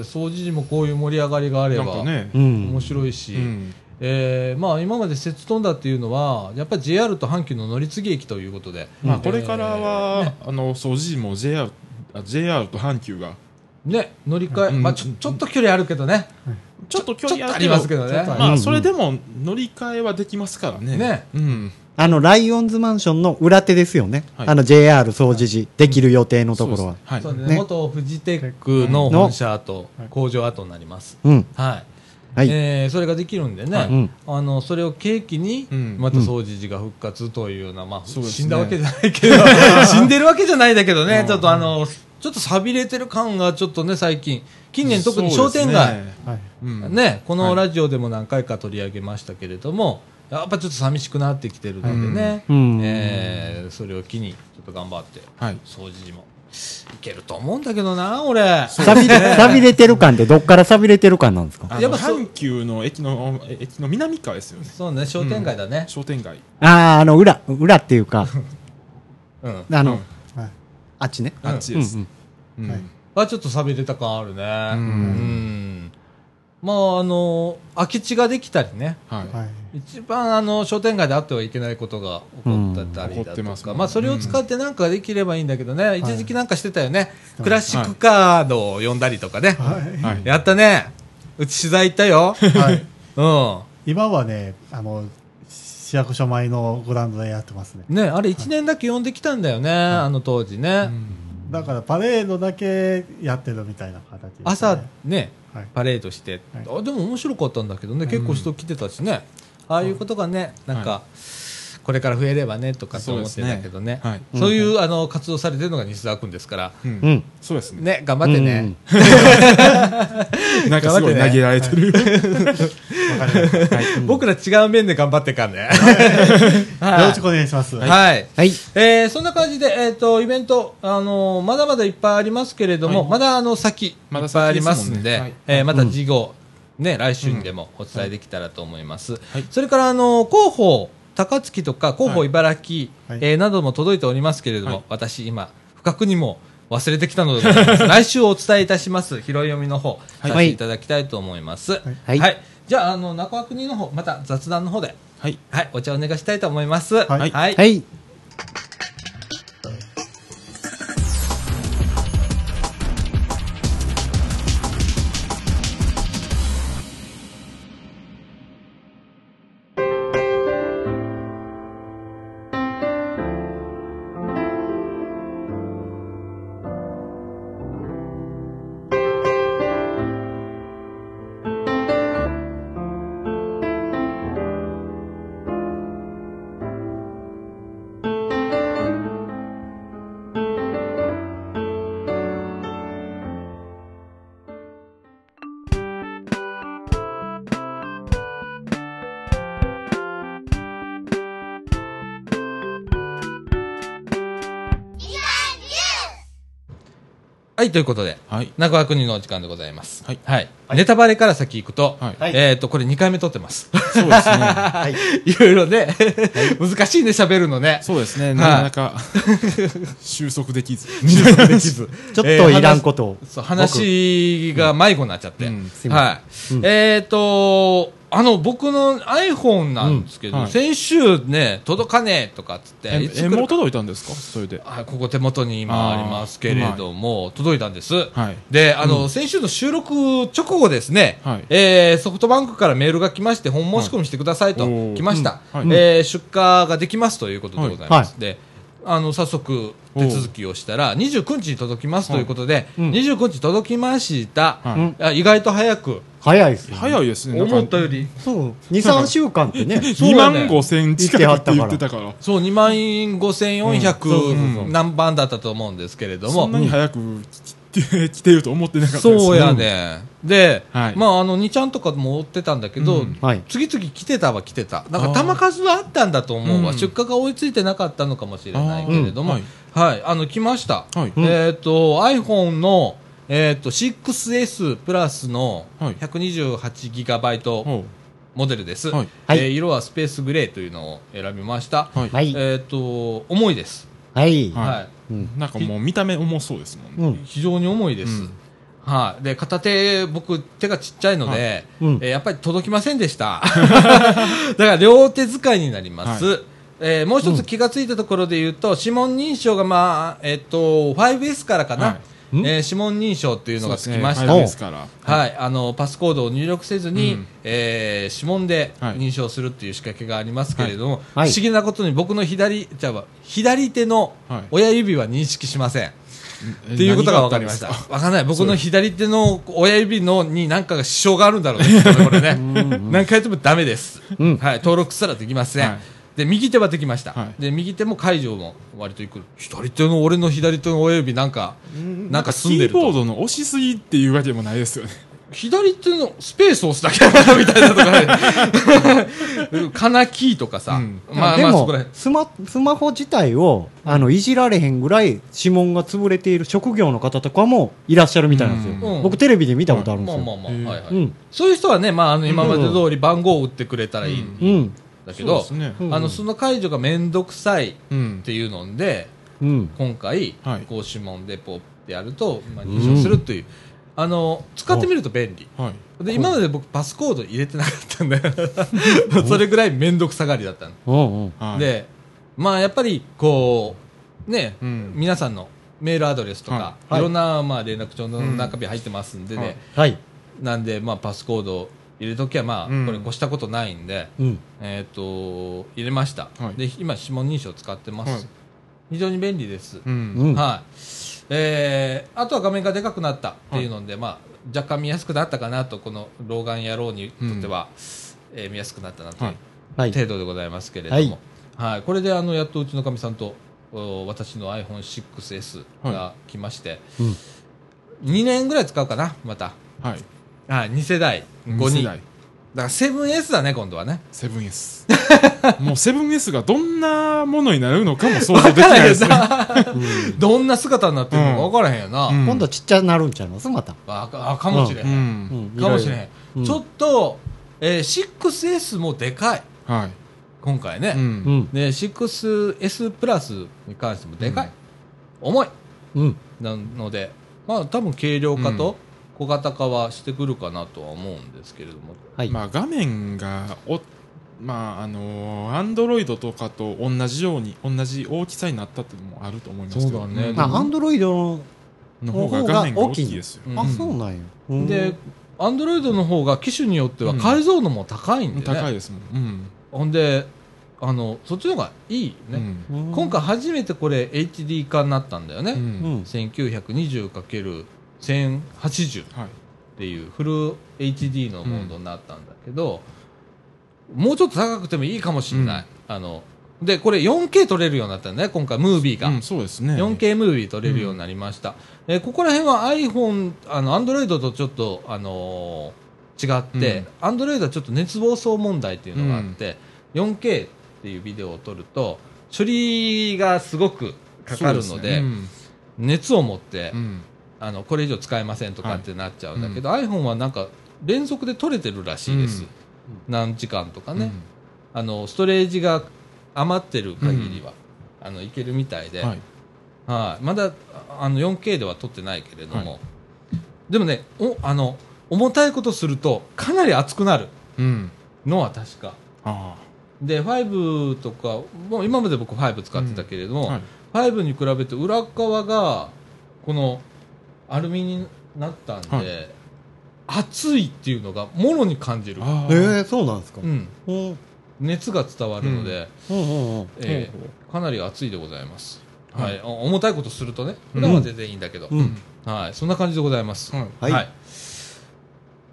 A: ー、掃除時もこういう盛り上がりがあれ
B: なん
A: ば、
B: かね
D: う、
A: 面
D: ん。
A: 白いし、
B: うん
A: えーまあ、今まで摂津飛んだっていうのはやっぱり JR と阪急の乗り継ぎ駅ということで、
B: まあ、これからは、あの掃除も JR, あ JR と阪急が
A: ね、乗り換え、
B: うん
A: まあ、ちょちょっと距離あるけどね、
B: ちょっと距
A: ちょ
B: 離
A: っとあ
B: あるけ
A: り
B: ど
A: ますけどね、
B: ま
D: うんう
B: あ
D: ん
B: それでも乗り換えはできますからね
A: ね
B: うん
D: あの、ライオンズマンションの裏手ですよね。
B: はい
D: あの、JR 総除時、できる予定のところは。
B: そうです
A: そう
B: ね
A: ね
D: ね
A: 元フジテックの本社跡、工場跡になります、
D: うん。
A: はい
D: はい。
A: えーそれができるんでね、
B: はい
D: うん
A: あのそれを契機に
B: うん
A: また総除時が復活というような、まあ、
B: そうです
A: 死
B: ね
A: んだわけじゃないけ
B: [LAUGHS]
A: ど死んでるわけじゃないだけどね、
B: うん
A: ちょっとあのちょっと寂れてる感がちょっとね最近近年特に
B: そう
A: 商
B: です
A: 店
B: ね
A: 街、
C: はい
B: うん
A: ね、こ
B: は
A: の
B: い
A: ラジオでも何回か取り上げましたけれども、やっぱちょっと寂しくなってきてるのでね、
D: うん
A: えーそれを機にちょっと頑張って
B: はい
A: 掃除もいけると思うんだけどな俺
D: さびれ、さびれてる感ってどっからさびれてる感なんですか
B: あ
A: や
B: の
A: っぱそう
B: 阪急の駅のえ駅の南側ですよね
A: そうね商店街だね、
B: 商店街
D: ああ、あの、裏、裏っていうか、
A: うん
D: あ
B: う
D: の
B: ん、
C: はい
D: あっちね。
B: あっち
D: うんう
B: です、
D: ん。
B: うん
C: はい
A: はちょっと寂れた感あるね
B: う
A: うん
B: ん
A: まああの空き地ができたりね
B: はい
C: はい
A: 一番あの商店街であってはいけないことが起こった
B: う
A: り
B: ん起こ
A: だ
B: っ
A: と
B: てます
A: か、
B: もん
A: まあ、それを使ってなんかできればいいんだけどね、一時期なんかしてたよね、
C: はい
A: クラシックカードを呼んだりとかね、
C: はい
B: はい
A: やったねうち取材行ったよ、
C: はい
A: うん
C: 今はねあの市役所前のグラウンドでやってますね
A: ね、あれ1年だけ呼んできたんだよね、あの当時ね、
C: だからパレードだけやってるみたいな形ですね、
A: 朝ね
C: はい
A: パレードして、
C: は
A: あでも面白かったんだけどね、結構人来てたしねああいうことがね、なんか、これから増えればねとかと思ってたけどね
B: そうですね
A: そういう、あの活動されてるのが西澤君ですから、
B: うん
D: うん。
B: そうですね
A: ね頑張ってね、
B: なんかすごい投げられてる、
C: わかりましたよ
A: [LAUGHS] 僕ら違う面で頑張ってかんね [LAUGHS] は
C: ろし
A: い
C: くお願いします、
A: はい、
D: はい。
A: えーそんな感じで、えー、とイベント、あのーまだまだいっぱいありますけれども、
B: はい
A: まだあの先
B: ま
A: い
B: だ
A: っぱいあ
B: 先
A: り
B: です
A: ま
B: もんね
A: すんで
B: はい
A: えーまた次号、ね、来週にでもお伝えできたらと思います。
B: はい
A: それから、あの、広報、高槻とか広報茨城、
C: はい
A: えーなども届いておりますけれども、
B: はい
A: 私今、不覚にも忘れてきたのでござい
B: [LAUGHS]
A: ます、来週お伝えいたします。拾い読みの方、
B: はい
A: させていただきたいと思います。はいじゃあ、あの、中川国の方、また雑談の方で、
B: はい。
A: はい、お茶をお願いしたいと思います。
C: はい
A: はい
D: はい。
A: はい、ということで、
B: はい。
A: 中川国のお時間でございます。
B: はい
A: ネタバレから先行くと、
B: はい
D: はい
A: えっ、と、これ2回目撮ってます。
B: そうです
A: [LAUGHS]
B: ね。
D: はい。
A: いろいろね、 [LAUGHS] 難しいね、喋るのね。
B: そうですね。
A: い
B: なかなか収束
A: [LAUGHS]
B: できず。
D: ちょっといらんことを。
A: そう話が迷子になっちゃって、
B: うん
D: すい
A: は
D: ま
A: い、えっ、とあの僕の iPhone なんですけど、
B: うんはい
A: 先週ね届かねえとかっつって
B: [LAUGHS] え
A: いつ来
B: えもう
A: るか
B: 届いたんですかそれで。
A: はいここ手元に今ありますけれども届いたんです、
B: はい
A: であの、先週の収録直後ですね、
B: はい
A: えーソフトバンクからメールが来まして本申し込みしてくださいと、
B: はいおー
A: 来ました、
B: うんはい
A: えー出荷ができますということでございます、
D: は
A: であの早速手続きをしたら29日に届きますということで、
D: うん
A: 29日届きました、
B: はい
D: うん
A: あ意外と早く
D: 早いですね。
B: 早いですね。
A: 思ったより
D: そう。2、3週間って
A: [LAUGHS]
D: ね。
A: そう
B: 2
A: だ
B: 万
A: ね
B: 5千近くって言ってたから。
A: そう2万5400、
B: うん
A: 何番だったと思うんですけれども
B: そんなに早くきき来てると思ってなかったです
A: そうや。ね。で、
B: はい
A: まあ、あの、2ちゃんとかも追ってたんだけど、
B: うん
D: はい。
A: 次々来てたは来てた。なんか球数はあったんだと思うわ。
B: うん
A: 出荷が追いついてなかったのかもしれないけれども、
B: あ
A: は
B: ー
A: い、あの、来ました。
B: はい
D: うん
A: えっ、と、iPhone の、えっ、と、6S プラスの
B: はい
A: 128GB
B: ほ
A: モデルです。
B: はい
A: えー色はスペースグレーというのを選びました。
B: うはい。
D: はい。
A: えっ、と、重いです。
D: はい。
B: はい
A: はい
D: うん。
B: なんかもう見た目重そうですもん
D: う
B: ね。
D: ん。
A: 非常に重いです、
B: うん
A: はい、で片手、僕、手がちっちゃいので、
D: はいうん
A: えーやっぱり届きませんで
B: [LAUGHS]
A: した、だから両手使いになります、えーもう一つ気がついたところで言うと、指紋認証が、まあえっと 5S からかな、
B: はい
A: えー指紋認証っていうのがつきまし
B: そ
A: た、
B: うですね早いですから。
A: はい、あのパスコードを入力せずに、
B: うん
A: えー指紋で
B: はい
A: 認証するっていう仕掛けがありますけれども、
D: はい
A: 不思議なことに僕の左じゃあ左手の親指は認識しません。っていうことが分かりました。
B: 何があっんですか
A: 分かんない。僕の左手の親指のに何かが支障があるんだろうね。これね。何回やってもダメです。
D: うん
A: はい。登録すらできません。
B: はい
A: で、右手はできました。
B: はい
A: で、右手も解除も割といく。左手の俺の左手の親指なんか、なんか住んでる
B: キーボー
A: と。
B: ドの押しすぎっていうわけでもないですよね。
A: 左手のスペースを押すだけだなみたいなとかね。カナキーとかさ。
B: うん
A: まあ
D: で
A: まあそこら
D: も
A: 辺。
D: スマ、スマホ自体を、あの、いじられへんぐらい指紋が潰れている職業の方とかもいらっしゃるみたいなんです
A: うん
D: よ。僕テレビで見たことあるんで
A: ますあま
D: よ。
A: あまあ。はいはい。
D: うん。
A: そういう人はね、まあ、あの今まで通り番号を打ってくれたらいいん
D: うん。
A: だけど、
B: そうですね。
D: うん
A: あのその解除が面倒くさいっ
B: うん。
A: ていうので
D: うん。
A: 今回、
B: はい
A: こう指紋でポッてやると、まあ、認証するという、あの使ってみると便利
B: はい。
A: で今まで僕パスコード入れてなかったんだよそれぐらい面倒くさがりだったの、
D: うんうん。
B: はい、
A: でまあやっぱりこうね、
B: うん
A: 皆さんのメールアドレスとか、
B: はい
D: はい
A: ろんな、まあ、連絡帳の中身入ってますんでね、
B: はい
D: はい。
A: なんで、まあ、パスコード入れときは、まあ
B: うん
A: これ越したことないんで、
D: うん。
A: えー、と入れました、
B: はい
A: で今、指紋認証使ってます、
B: はい
A: 非常に便利です、
B: う。
D: うんん。
A: はいえーあとは画面がでかくなったっていうので、まあ、若干見やすくなったかなとこの老眼野郎にとっては、えー見やすくなったなとい
B: はいう
D: はい。
A: 程度でございますけれども、はいこれであのやっとうちのかみさんとお私の iPhone6S が来まして、
D: うん
A: 2年ぐらい使うかな、また、
B: はい。
A: はい、2世代5
B: 二世
A: 人
B: 代
A: からセブン S だね今度はね
B: セブン S もうセブン S がどんなものになるのかも想像できないですね
A: わからへんなどんな姿になってるのか分からへんよな、
B: うん
D: 今度ちっちゃなるんちゃいますまた、
A: あかあかもしれへ、
B: うんん
D: うん
A: かもしれへん、
D: うん
A: ちょっと、えー、6S もでかい
B: はい
A: 今回
B: う
A: ね、
D: うんん
A: で 6S プラスに関してもでかい、重い
D: うん
A: なのでまあ多分軽量化と小型化はしてくるかなとは思うんですけれども、
D: はい、
B: まあ画面がおまああのアンドロイドとかと同じように同じ大きさになったっていうのもあると思いますけど
A: そうだね
D: ま
A: うん
D: あアンドロイド
B: の方が画面が大きいですよ
A: う
D: の、
A: ん
D: あそうなんや、うん
A: でアンドロイドの方が機種によっては解像度も高いんで、ね
B: 高いですもん
A: ほんであのそっちの方がいい
B: うんう
A: ね、
B: ん
D: うん
A: 今回初めてこれ HD 化になったんだよね、
B: う
D: うんん
A: 1920×1080 っ
B: はい
A: ていうフル HD のモードになったんだけど、もうちょっと高くてもいいかもしれない、あのでこれ 4K 撮れるようになったんだね今回ムービーが、
B: うんそうですね
A: 4K ムービー撮れるようになりました、えーここら辺は iPhone、あの Android とちょっと、あのー違って、Android はちょっと熱暴走問題っていうのがあって、4K っていうビデオを撮ると処理がすごくかかる
B: そ
A: の
B: う
A: で、
B: すねうん
A: 熱を持って、
B: うん
A: あのこれ以上使えませんとかってなっちゃうんだけど、iPhone はなんか連続で撮れてるらしいです、
B: うん
A: 何時間とか
B: う
A: ね、
B: ん
A: あのストレージが余ってる限りは、あのいけるみたいで。
B: はい
A: はい、まだああの 4K では撮ってないけれども、でもねおあの重たいことするとかなり熱くなる
B: うん
A: のは確か
B: あ
A: で5とかもう今まで僕5使ってたけれど
B: あ
A: も、
B: はい
A: 5に比べて裏側がこのアルミになったんで、
B: は
A: 熱いっていうのがもろに感じる、
B: あ
D: え
B: ー
D: ー、そうなんですか、
A: うん、
D: うんうん
A: 熱が伝わるので、
D: うんうん
A: え
B: ほうほ
A: ーかなり熱いでございます、
B: は
A: はいい、お重たいことするとね裏は全然いいんだけど、
D: うん
A: はい、そんな感じでございます。
B: はい
D: はい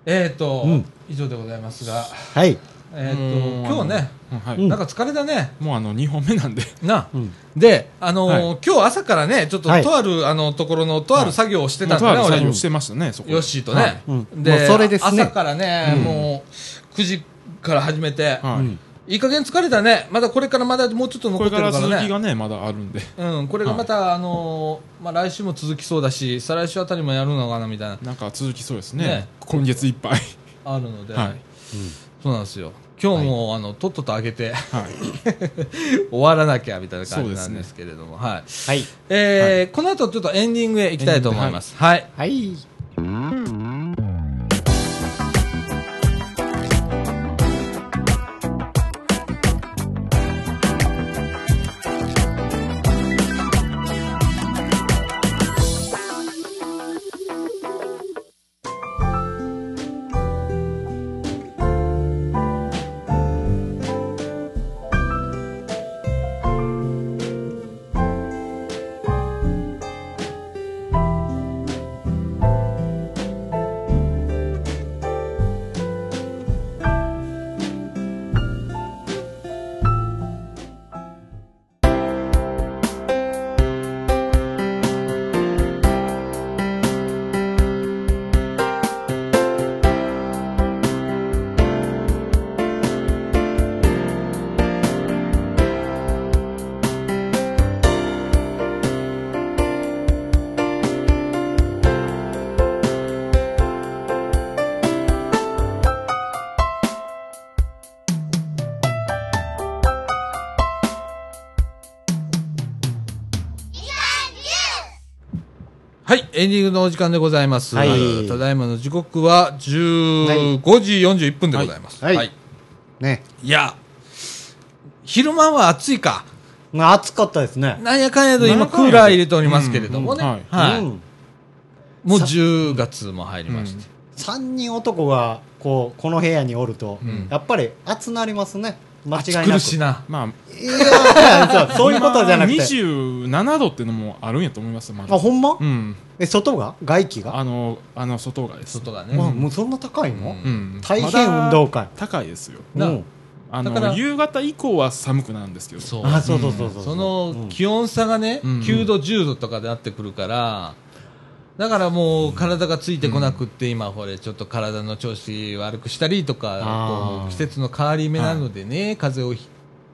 A: えっ、と、
D: うん
A: 以上でございますが、
D: はい、
A: えっ、
B: もう
A: と、今日ね、
B: あのは
D: う
B: い
D: ん
A: なんか疲れたね。
B: もうあの2本目なんで
A: な
D: う、ん、
A: で、あのー
B: は
A: 今日朝からね、ちょっと、
D: はい
A: とある、あの、ところの、とある作業をしてたん
B: と
A: だ
B: あ
A: ね、
B: る作
A: 俺。
B: 業してましたねそこで
A: ヨッシーとね。
D: うんもうそれですね
A: 朝からね、もう、9時から始めて、
B: はい
D: うん
B: はい
A: いい加減疲れたね。まだこれからまだもうちょっと
B: こ
A: 残っ
B: れ
A: て
B: か
A: るかららね。
B: 続きがねまだあるんで
A: うん、これがまた、あのーまあ、来週も続きそうだし、再来週あたりもやるのかな、みたいな、
B: なんか続きそうです
A: ね
B: ね今月いっぱい
A: あるので、
B: はい
A: そうなんですよ。今日も、あの、とっとと上げて、
B: はい
A: [LAUGHS] 終わらなきゃみたいな感
B: そう
A: じ
B: で
A: な
B: す
A: ん
B: ね
A: ですけれども、はい。
D: はい
A: えーこの後ちょっとエンディングへ行きたいと思います。はい。
D: はい
A: はい。エンディングのお時間でございます。
D: はい
A: ただいまの時刻は15時41分でございます。
D: はいね
A: いや、昼間は暑いか。
D: まあ暑かったですね
A: なんやかんやと今クーラー入れておりますけれどもね。
B: うん
A: は
B: うん
A: い。
D: うん、
A: もう10月も入りまして。
D: 3人男がこうこの部屋におると、
A: ん
D: やっぱり暑なりますね間違いなく
A: 暑苦しいな。
B: まあ
D: いやー
A: [LAUGHS]
D: そうそういうことじゃなくて
B: 今27度ってのもあるんやと思いますま
D: あ
B: だ
D: ほんま、
B: うん
D: え外が外気が、
B: あのあの外がです
A: 外が
D: まあ、
A: ね。
D: もうそんな高いの、
A: うん
B: うん
D: 大変運動会
B: まだ高いですよ
A: な
D: うん
B: あ
A: だから
B: の夕方以降は寒くなるんですけど
A: そう。
D: あそうそうそうそう、
A: そ
D: うん
A: の気温差がね、
B: うん
A: 9度、10度とかでなってくるから、だからもう体がついてこなくって、今ほれちょっと体の調子悪くしたりと
D: あ
A: か
D: ー
A: こう季節の変わり目なのでね、風邪をひ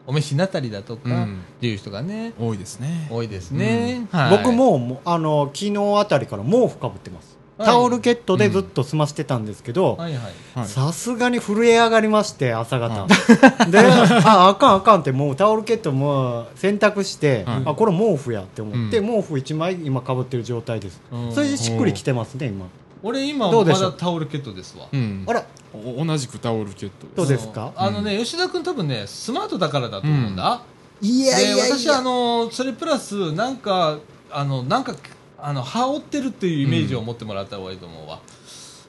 A: お召しになったりだとか、
B: うん
A: っていう人がね
B: 多いですね。
A: 多いですね、はい
D: 僕ももうあの昨日あたりから毛布かぶってます、
A: はい
D: タオルケットでずっと済ませてたんですけど、
A: はいはい
B: はい
D: さすがに震え上がりまして朝方、でああかんあかんってもうタオルケットも洗濯して、
B: はい
D: あこれ毛布やって思って、
A: う
D: 毛布1枚今かぶってる状態です、
A: うん
D: それでしっくりきてますね今
A: 俺今
D: どう
A: ま
D: でしょ
A: だ
D: う
A: タオルケットですわ
B: うん
D: あら
B: お同じくタオルケット
D: ど
B: で
D: う
B: す。
D: ですか
A: あのね、吉田君多分ねスマートだからだと思うんだ、
D: い
A: で私はあのそれプラスなんかあのなんかあの羽織ってるっていうイメージを持ってもらった方がいいと思うわ、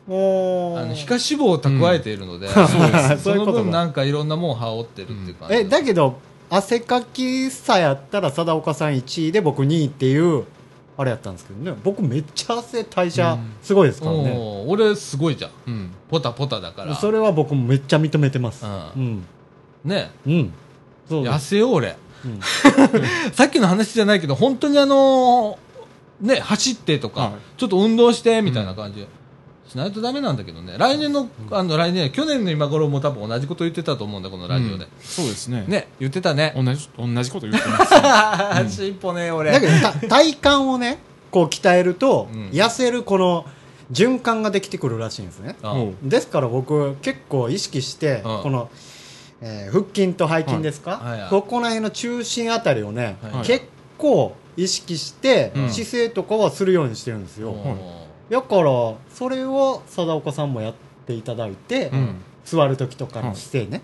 D: もう
A: あの皮下脂肪を蓄えているので、
D: そうで
A: そ
D: す
A: の
D: そういうこと
A: 分
D: だ
A: なんかいろんなもん羽織ってるっていう感じ、
D: えだけど汗かきさやったら貞岡さん1位で僕2位っていうあれやったんですけどね僕めっちゃ汗代謝すごいですからね、
A: おー俺すごいじゃん
B: うん。
A: ポタポタだから
D: それは僕もめっちゃ認めてます
A: うん
D: うん
A: ね
D: うんそうで
A: 痩
D: す、
A: せよう俺
D: うん
A: さっきの話じゃないけど本当にあのーね走ってとか、
B: はい
A: ちょっと運動してみたいな感じ、しないとダメなんだけどね来年のあの来年去年の今頃も多分同じこと言ってたと思うんだこのラジオで、
B: うんそうですね。。
A: ね言ってたね
B: 同じ同じこと言って
A: [LAUGHS]
B: ますね。
A: 進歩ね俺
D: だけどた体幹
A: [LAUGHS]
D: をねこう鍛えると、
A: うん
D: 痩せるこの循環ができてくるらしいんですね
A: あ
B: おう
D: ですから僕結構意識して、
A: うん
D: この、えー腹筋と背筋ですか、
A: はいはいはい
D: ここら辺の中心あたりをね、
A: はい
D: 結構意識して、
B: うん
D: 姿勢とかはするようにしてるんですよ、
A: おー
D: だからそれを貞岡さんもやっていただいて、
B: うん。
D: 座る時とかの姿勢ね、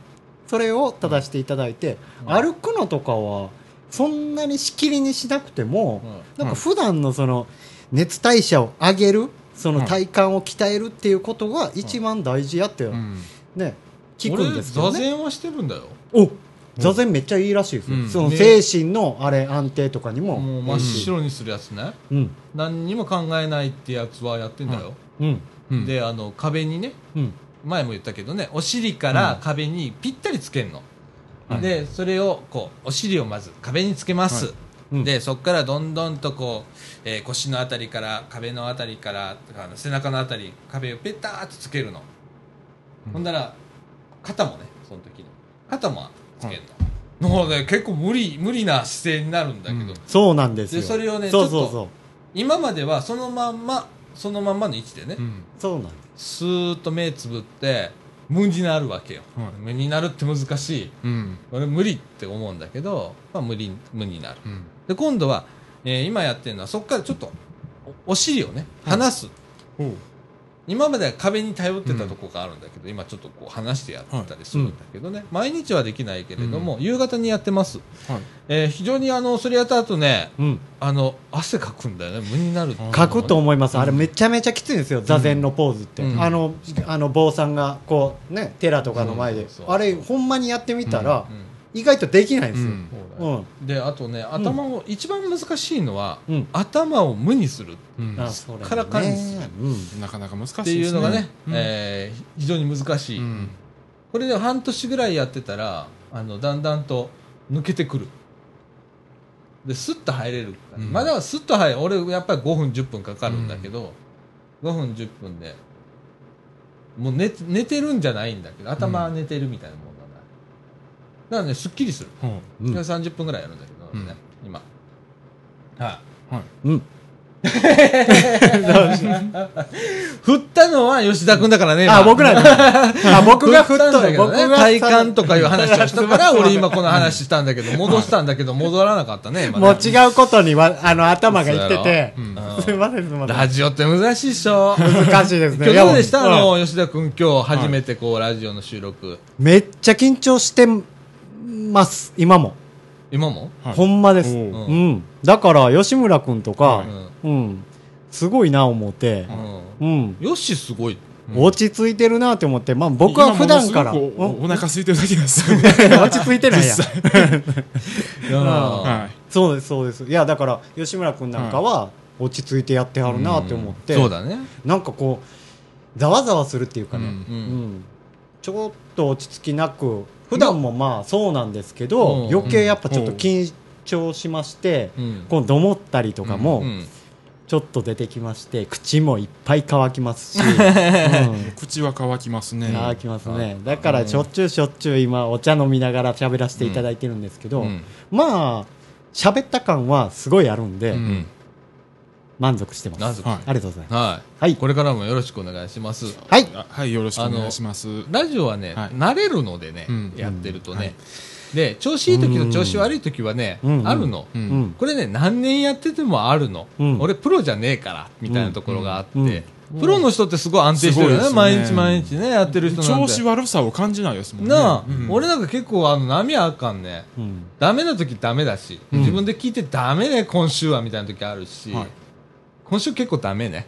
D: それを正していただいて、
A: うん
D: 歩くのとかはそんなにしきりにしなくても、
A: うん
D: なんか普段のその熱代謝を上げるその体幹を鍛えるっていうことが一番大事やって、
B: うん。
D: ね聞くんですけど
A: 俺
D: ね
A: 座禅はしてるんだよ
D: お座禅めっちゃいいらしいですよ、
B: うん
D: その
A: ね
D: 精神のあれ安定とかにも
A: もう真っ白にするやつね
D: うん
A: 何にも考えないってやつはやってんだよ、
D: うん
B: うん。
A: であの壁にね
D: うん
A: 前も言ったけどねお尻から壁にぴったりつけるの、
B: うん
A: でそれをこうお尻をまず壁につけます、
B: は
D: うん
A: でそこからどんどんとこう、えー腰のあたりから壁のあたりからあの背中のあたり壁をペターっとつけるの、
B: うん
A: ほんだら肩もねその時の肩もつけるの、もうね結構無理無理な姿勢になるんだけど、
B: うん
D: そうなんですよ
A: でそれをね
D: そうそう
A: ちょ
D: そう
A: 今まではそのまんまそのまんまの位置でね、
B: うん。
D: そうなんです
A: スーッと目つぶって無になるわけよ、
B: はい
A: 無になるって難しい
B: うん。
A: 俺無理って思うんだけど、まあ、無理無になる
B: うん。
A: で今度は、えー今やってるのはそこからちょっとおお尻をね離す、
B: おう。
A: 今までは壁に頼ってたとこがあるんだけど、今ちょっとこう離してやったりするんだけどね、毎日はできないけれども、夕方にやってます、
B: はい。
A: えー非常にあのそれやった後ね
D: うん
A: あの汗かくんだよね無になるっていうのが
D: 書くと思います、あれめちゃめちゃきついんですよ、座禅のポーズって、
A: うん
D: あのあの坊さんがこう、ね、寺とかの前で、
A: そうそうそう
D: あれ、ほんまにやってみたら
A: う、ん
D: 意外とできないんで
B: う
D: すよ。
B: ん。
A: そうだ
D: う
A: よ
D: ん
A: であとね頭を、一番難しいのは、
D: うん
A: 頭を無にする
B: うん。
D: あそれ
A: からかにする
D: うん
B: なかなか難しいですね。
A: っていうのがね、
B: うん
A: えー非常に難しい、
B: うん。
A: これで半年ぐらいやってたらあのだんだんと抜けてくるでスッと入れるから、
B: うん
A: まだはスッと入る俺やっぱり5分10分かかるんだけど、5分10分でもう寝寝てるんじゃないんだけど頭は寝てるみたいなもんなんだ、だからねすっきりする
B: ほ
D: うん
A: これ30分ぐらいやるんだけどね、今は
B: うはい。
D: うん
A: い振ったのは吉田君だからね今
D: あ僕ら
A: [LAUGHS]
D: ねあ僕が振
A: 振
D: っ
A: ったん
D: と
A: だけど
D: 僕
A: ね
D: が
A: 体感とかいう話をしたから俺今この話したんだけ
D: [LAUGHS]
A: ど戻したんだけど戻らなかったね今ね
D: もう違うことにわあの頭がいってて
B: う、ん。
A: うん
D: すみませんすみませ
A: ラ
D: ん
A: ジオって難しいっしょ
D: [LAUGHS] 難しいです
A: 今
D: ね
A: 日どうでした
D: いやもう
A: あの吉田君今日初めてこうラジオの収録
D: うんめっちゃ緊張してます今も、
A: 今も
B: はい
D: ほんまです、
B: おう
D: うん
A: ん
D: だから吉村君とか、
B: はい
D: うん、すごいな思って
A: う、ん
D: うん、
A: よしすごい
D: 落ち着いてるなって思って、まあ僕は普段から、
B: 今ものすごくおお腹空いてるだけなんで
A: [LAUGHS]
B: すよね。
D: [LAUGHS] 落ち着いてないや。
A: うん
B: は
D: そうです、そうです。いや、だから、吉村君なんかは、落ち着いてやってはるなって思って、
A: そうだね
D: なんかこう、ざわざわするっていうかね、
A: う
D: うんんちょっと落ち着きなく、普段もまあそうなんですけ
A: う
D: ど、
A: ん
D: 余計やっぱちょっと緊張しまして、
A: うん
D: こう、どもったりとかも、
A: うん
D: ちょっと出てきまして口もいっぱい乾き
A: [LAUGHS]
D: ますし、うん
B: 口は乾きますね
D: 乾きますねだからしょっちゅうしょっちゅう今お茶飲みながら喋らせていただいてるんですけど、
A: うん
D: まあ喋った感はすごいあるんで、
A: うん
D: 満足してます
A: なぜ
B: は
A: か
B: い
D: ありがとうございます
A: はい、
D: はい
A: これからもよろしくお願いします
D: はい
B: あはいよろしくお願いします
A: ラジオはね、
B: はい
A: 慣れるのでね、
B: うん
A: やってるとね、
B: うんはい
A: で調子いい時と調子悪い時はね、
D: うん
A: あるの、
B: う
D: うんん
A: これね何年やっててもあるの、
D: うん
A: 俺プロじゃねえからみたいなところがあって、
D: うんうん
A: プロの人ってすごい安定してるよね
B: すごい
A: 毎
B: です
A: 日
B: ね
A: 毎日ねやってる人なんて
B: 調子悪さを感じないですもんね
A: なあ、
B: うん
A: 俺なんか結構あの波あかんね
D: うん
A: ダメな時ダメだし、
D: うん
A: 自分で聞いてダメね今週はみたいな時あるし、
B: はい
A: 今週結構ダメね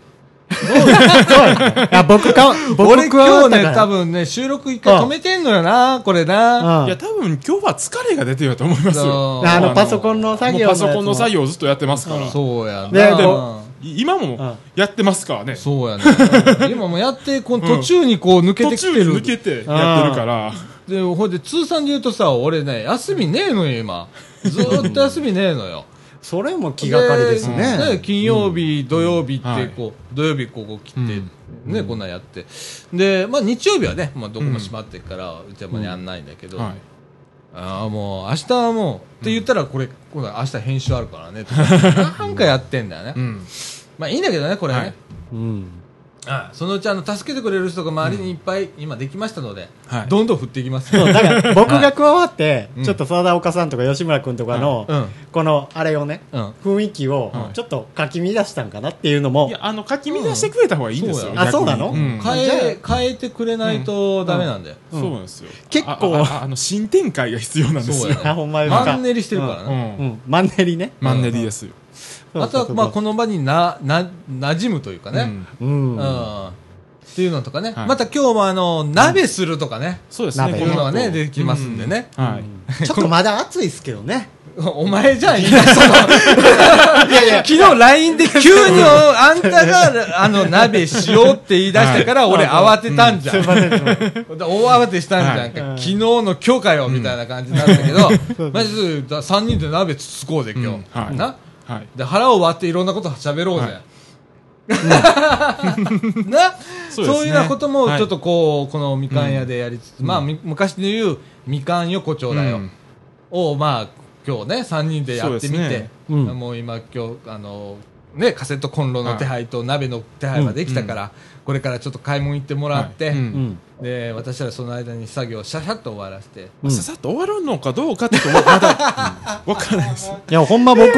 D: [LAUGHS] いや僕か
A: 俺
D: 僕加
A: 今
D: わ
A: 日
D: ったか
A: ね
D: ら
A: 多分ね収録一回止めてんのよなこれな
D: うん
B: いや多分今日は疲れが出てると思いますよ
A: そう
D: あのパソコンの作業
B: もうパソコンの作
D: 業
B: 業をずっとやってますから
A: そうやな、
D: ねで
B: もい今もやってますからね
A: そうやね [LAUGHS] 今もうやってこの途中にこう抜け
B: 途
A: てきて
B: 中
A: る、
B: に抜けてやってるから
A: でほんで通算で言うとさ俺ね休みねえのよ今ずーっと休みねえの
B: [LAUGHS]
A: よ
D: それも気がかりですね
A: で金曜日、土曜日ってこう、土曜日ここ来て、
B: うん
A: ねこんなんやってで、まあ、日曜日はね、まあ、どこも閉まってっから、うちはまあやんないんだけど、
B: はい
A: ああもう明日はもう、って言ったらこれ今度明日編集あるからねと
B: [LAUGHS]
A: かなんかやってんだよね、
B: うん
A: まあいいんだけどねこれね、
B: はい
D: うん
A: ああそのうちあの助けてくれる人が周りにいっぱい今できましたので、
B: はい
A: どんどん振っていきます、
D: そうだから僕が加わって
A: うん
D: ちょっと澤田岡さんとか吉村君とかの
A: うん
D: このあれをね
A: うん
D: 雰囲気を
B: はい
D: ちょっとかき乱したんかなっていうのも
B: いやあの書き乱してくれた方がいいです
A: う
B: よ
A: ん
B: 逆に
D: そうやあそうなの
B: ん
A: 変
D: じゃ
A: え変えてくれないとダメなんだよ、
D: うん
B: そうなんですよ
D: 結構
B: ああああの新展開が必要なんです
A: そう
B: よ
A: や
D: あほんま
A: ね
D: や
A: マンネリしてるから
B: う
A: ね、
D: うんんマンネリね
B: マンネリですよ
A: あとはまあこ
D: の
A: の場になな馴染むというか
B: う
A: ね、
B: ん
D: うん
A: うんっていうのとかね、
B: はい
A: また今日もあの鍋するとかね、
B: そうですね
D: 鍋
A: こ
D: ん
A: ういうのがね
B: こ後
A: できますんでね、
B: はい
D: ちょっとまだ暑いですけどね
A: [LAUGHS] お前じゃん言い出したの
D: いやいや
A: 昨日 LINE で急にあんたがあの鍋しようって言い出してから俺慌てたんじゃん、
D: すいませんすいません
A: 大慌てしたんじゃんか、
D: はい
A: 昨日の今日かよみたいな感じになったけど、まず3人で鍋つつこうぜ今日、
B: うんはい
A: な
B: はい
A: で腹を割っていろんなこと喋ろうぜ、
B: は
A: [LAUGHS] なそ,、
B: そううです
A: いう
B: ね
A: ようなこともちょっとこう、このみかん屋でやりつつ、まあみ昔で言うみかん横丁だよ、
B: うん
A: をまあ今日ね3人でやってみ
B: そ
A: て、
B: うですね
D: うん
A: もう今今日あのねカセットコンロの手配と鍋の手配ができたから、これからちょっと買い物行ってもらって、
B: はいう
D: うんん
A: で私らその間に作業をシャシャッと終わらせて
D: うん
B: ささっと終わるのかどうかってとまだうんわからないです
D: いやほんま僕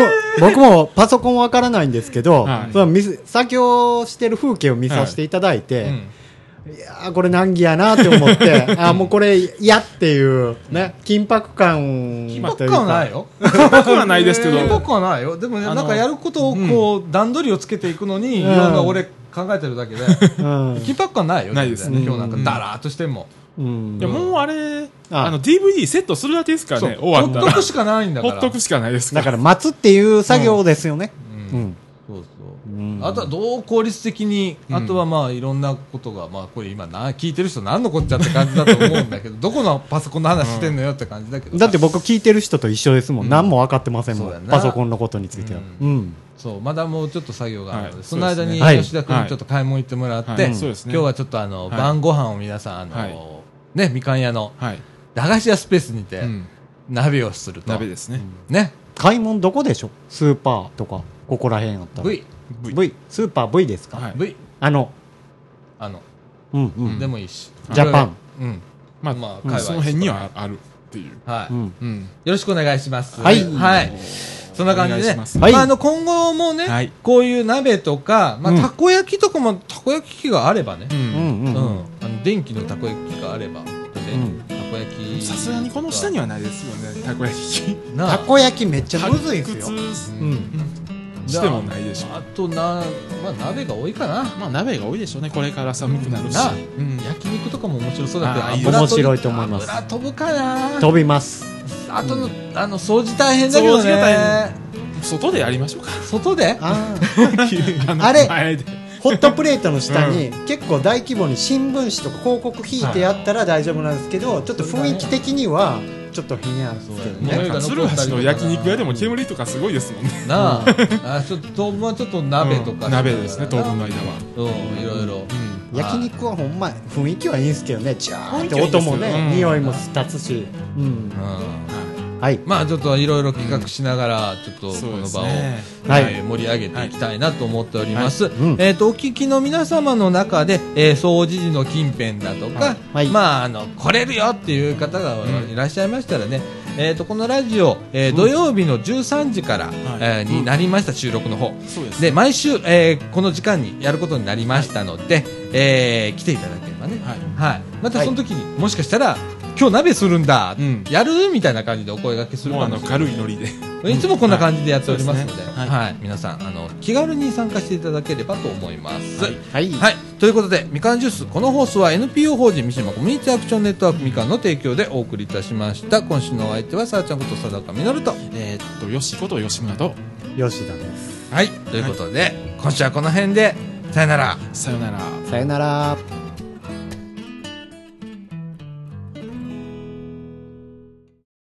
D: 僕もパソコンわからないんですけど
B: はい
D: その見せ作業してる風景を見させていただいて、
A: うん
D: いやーこれ難儀やなって思ってあーもうこれ嫌っていうね緊迫感
A: 緊迫感はないよ
D: よ
B: 僕はないですけど
A: [LAUGHS] 緊迫感はないよでもね
B: あの
A: なんかやることをこう段取りをつけていくのにい
D: うん
A: ろんな俺考えてるだ
B: [LAUGHS]
A: けで
D: うん
A: 緊迫感ないよ
B: ないです
A: 全然
D: うん
A: 今日なんかダラーっとしても
D: うん
B: いやもうあれ
D: あ
B: あの DVD セットするだけですから
A: そう
B: ね終わ
A: ほっ
B: った
A: と
B: ら
A: くしかないんだか
B: ほ
A: ら
B: っとくしかないです
D: だからら待つっていう作業ですよね
A: うん
D: うん
A: そうそう
D: うん
A: あとはどう効率的に
B: うん
A: あとはまあいろんなことがまあこれ今な聞いてる人何のこっちゃって感じだと思うん
B: [LAUGHS]
A: だけどどこのパソコンの話してんのよって感じだけどさ
D: だって僕聞いてる人と一緒ですもん、何も分かってませんも
A: そうや
D: ん
A: な
D: パソコンのことについては
A: う
D: うん
A: そうまだもうちょっと作業があるので、
B: はい
A: その間に
D: そうですね
A: 吉田君にちょっと買い物行ってもらって、
B: はいはい
A: 今
B: そうですね
A: 日はちょっとあの、
B: はい
A: 晩ご飯を皆さんあの、
B: はい
A: ね、みかん屋の
B: はい
A: 駄菓子屋スペースにて
B: うん
A: 鍋をすると、
B: 鍋ですね
A: ね
D: 買い物どこでしょスーパーとかここら辺やったら
A: V、
B: V
D: V スーパー V ですか、
B: はい
A: V
D: あの
A: あの、
D: うんうん
A: でもいいし
D: ジャパン
A: うん
B: まあ
A: まあ
B: う
A: 界
B: ん
A: 隈
B: その辺にはあるっていう
A: はい、
D: う
A: よ
D: ん
B: うん
A: ろしくお願いします
D: はい
A: はい、そんな感じ
B: お
A: で
B: 願
A: ね
B: いします
D: はい
A: まあ、あの今後もね、
B: はい
A: こういう鍋とか、ま
D: う
A: あ、
D: ん
A: たこ焼きとかもたこ焼き器があればね、
D: うんうん
A: う
D: うんん、
A: あの電気のたこ焼き器があれば、
D: ん
A: たこ焼き
B: さすがにこの下にはないですよねたこ焼き
A: なあ
D: たこ焼きめっちゃむずいんすよ、
B: 発掘
D: うん、
B: してもないでしょ
A: あとな、まあ、鍋が多いかな
B: まあ鍋が多いでしょうねこれから寒くなるし
A: なあ
B: うん
A: 焼肉とかも面白そうだけど
B: あーいい
A: 油飛び
D: 面白いと思います
A: 油飛ぶかな
D: 飛びます
A: あとのあの掃除大変だけど
B: 掃除が大
A: ね
B: 外でやりましょ [LAUGHS] うか
A: 外で
D: ああ
B: の
D: あれ
B: 前で
D: ホットプレートの下に結構大規模に新聞紙とか広告引いてやったら大丈夫なんですけど、ちょっと雰囲気的にはちちょっと変なんですけど
A: そうだよ
D: ね
A: ね
B: なんか鶴橋の焼肉屋でも煙とかすごいですもんね
A: なああちょっと当分はちょっと鍋とか、
B: うん鍋ですね当分の
A: い
B: 間は
A: うんいろいろ
B: うん
D: 焼肉はほんま雰囲気はいいんですけどねジャー
B: 雰囲
D: って
B: 気はいいです
D: 音
B: よ
D: もね、
B: うん
D: 匂いも立つし、うん
A: うん
D: はい
A: まあちょっといろいろ企画しながら、ちょっと
B: そ
A: こ
B: うで
A: の
B: す
A: 場を、
B: ね
D: はい
A: はい盛り上げていきたいなと思っております、
D: うん
A: えっ、とお聞きの皆様の中で、えー、総除時の近辺だとか、
D: はい
A: まああの来れるよっていう方がいらっしゃいましたらね、えっ、とこのラジオ、えー土曜日の13時から、えーになりました収録の方
B: そうです
A: で毎週、えーこの時間にやることになりましたので、えー来ていただければね、
B: はい
A: はい、またその時に、もしかしたら今日鍋するんだ、
B: うん
A: やるみたいな感じでお声掛けする
B: もう
A: か
B: あ
A: も
B: の
A: しれない
B: 軽いノリで
A: いつもこんな感じでやっておりますので,、
B: うん
A: は
B: はいい
A: 皆さんあの気軽に参加していただければと思います。はい
D: はい、
A: ということでみかんジュースこの放送は NPO 法人三島コミュニティアクションネットワークみかんの提供でお送りいたしました今週のお相手はさあちゃんこと貞岡実と
B: えーっとよしこと吉村と
D: 吉田です
A: はいということで、今週はこの辺でさよなら
B: さよなら
D: さよなら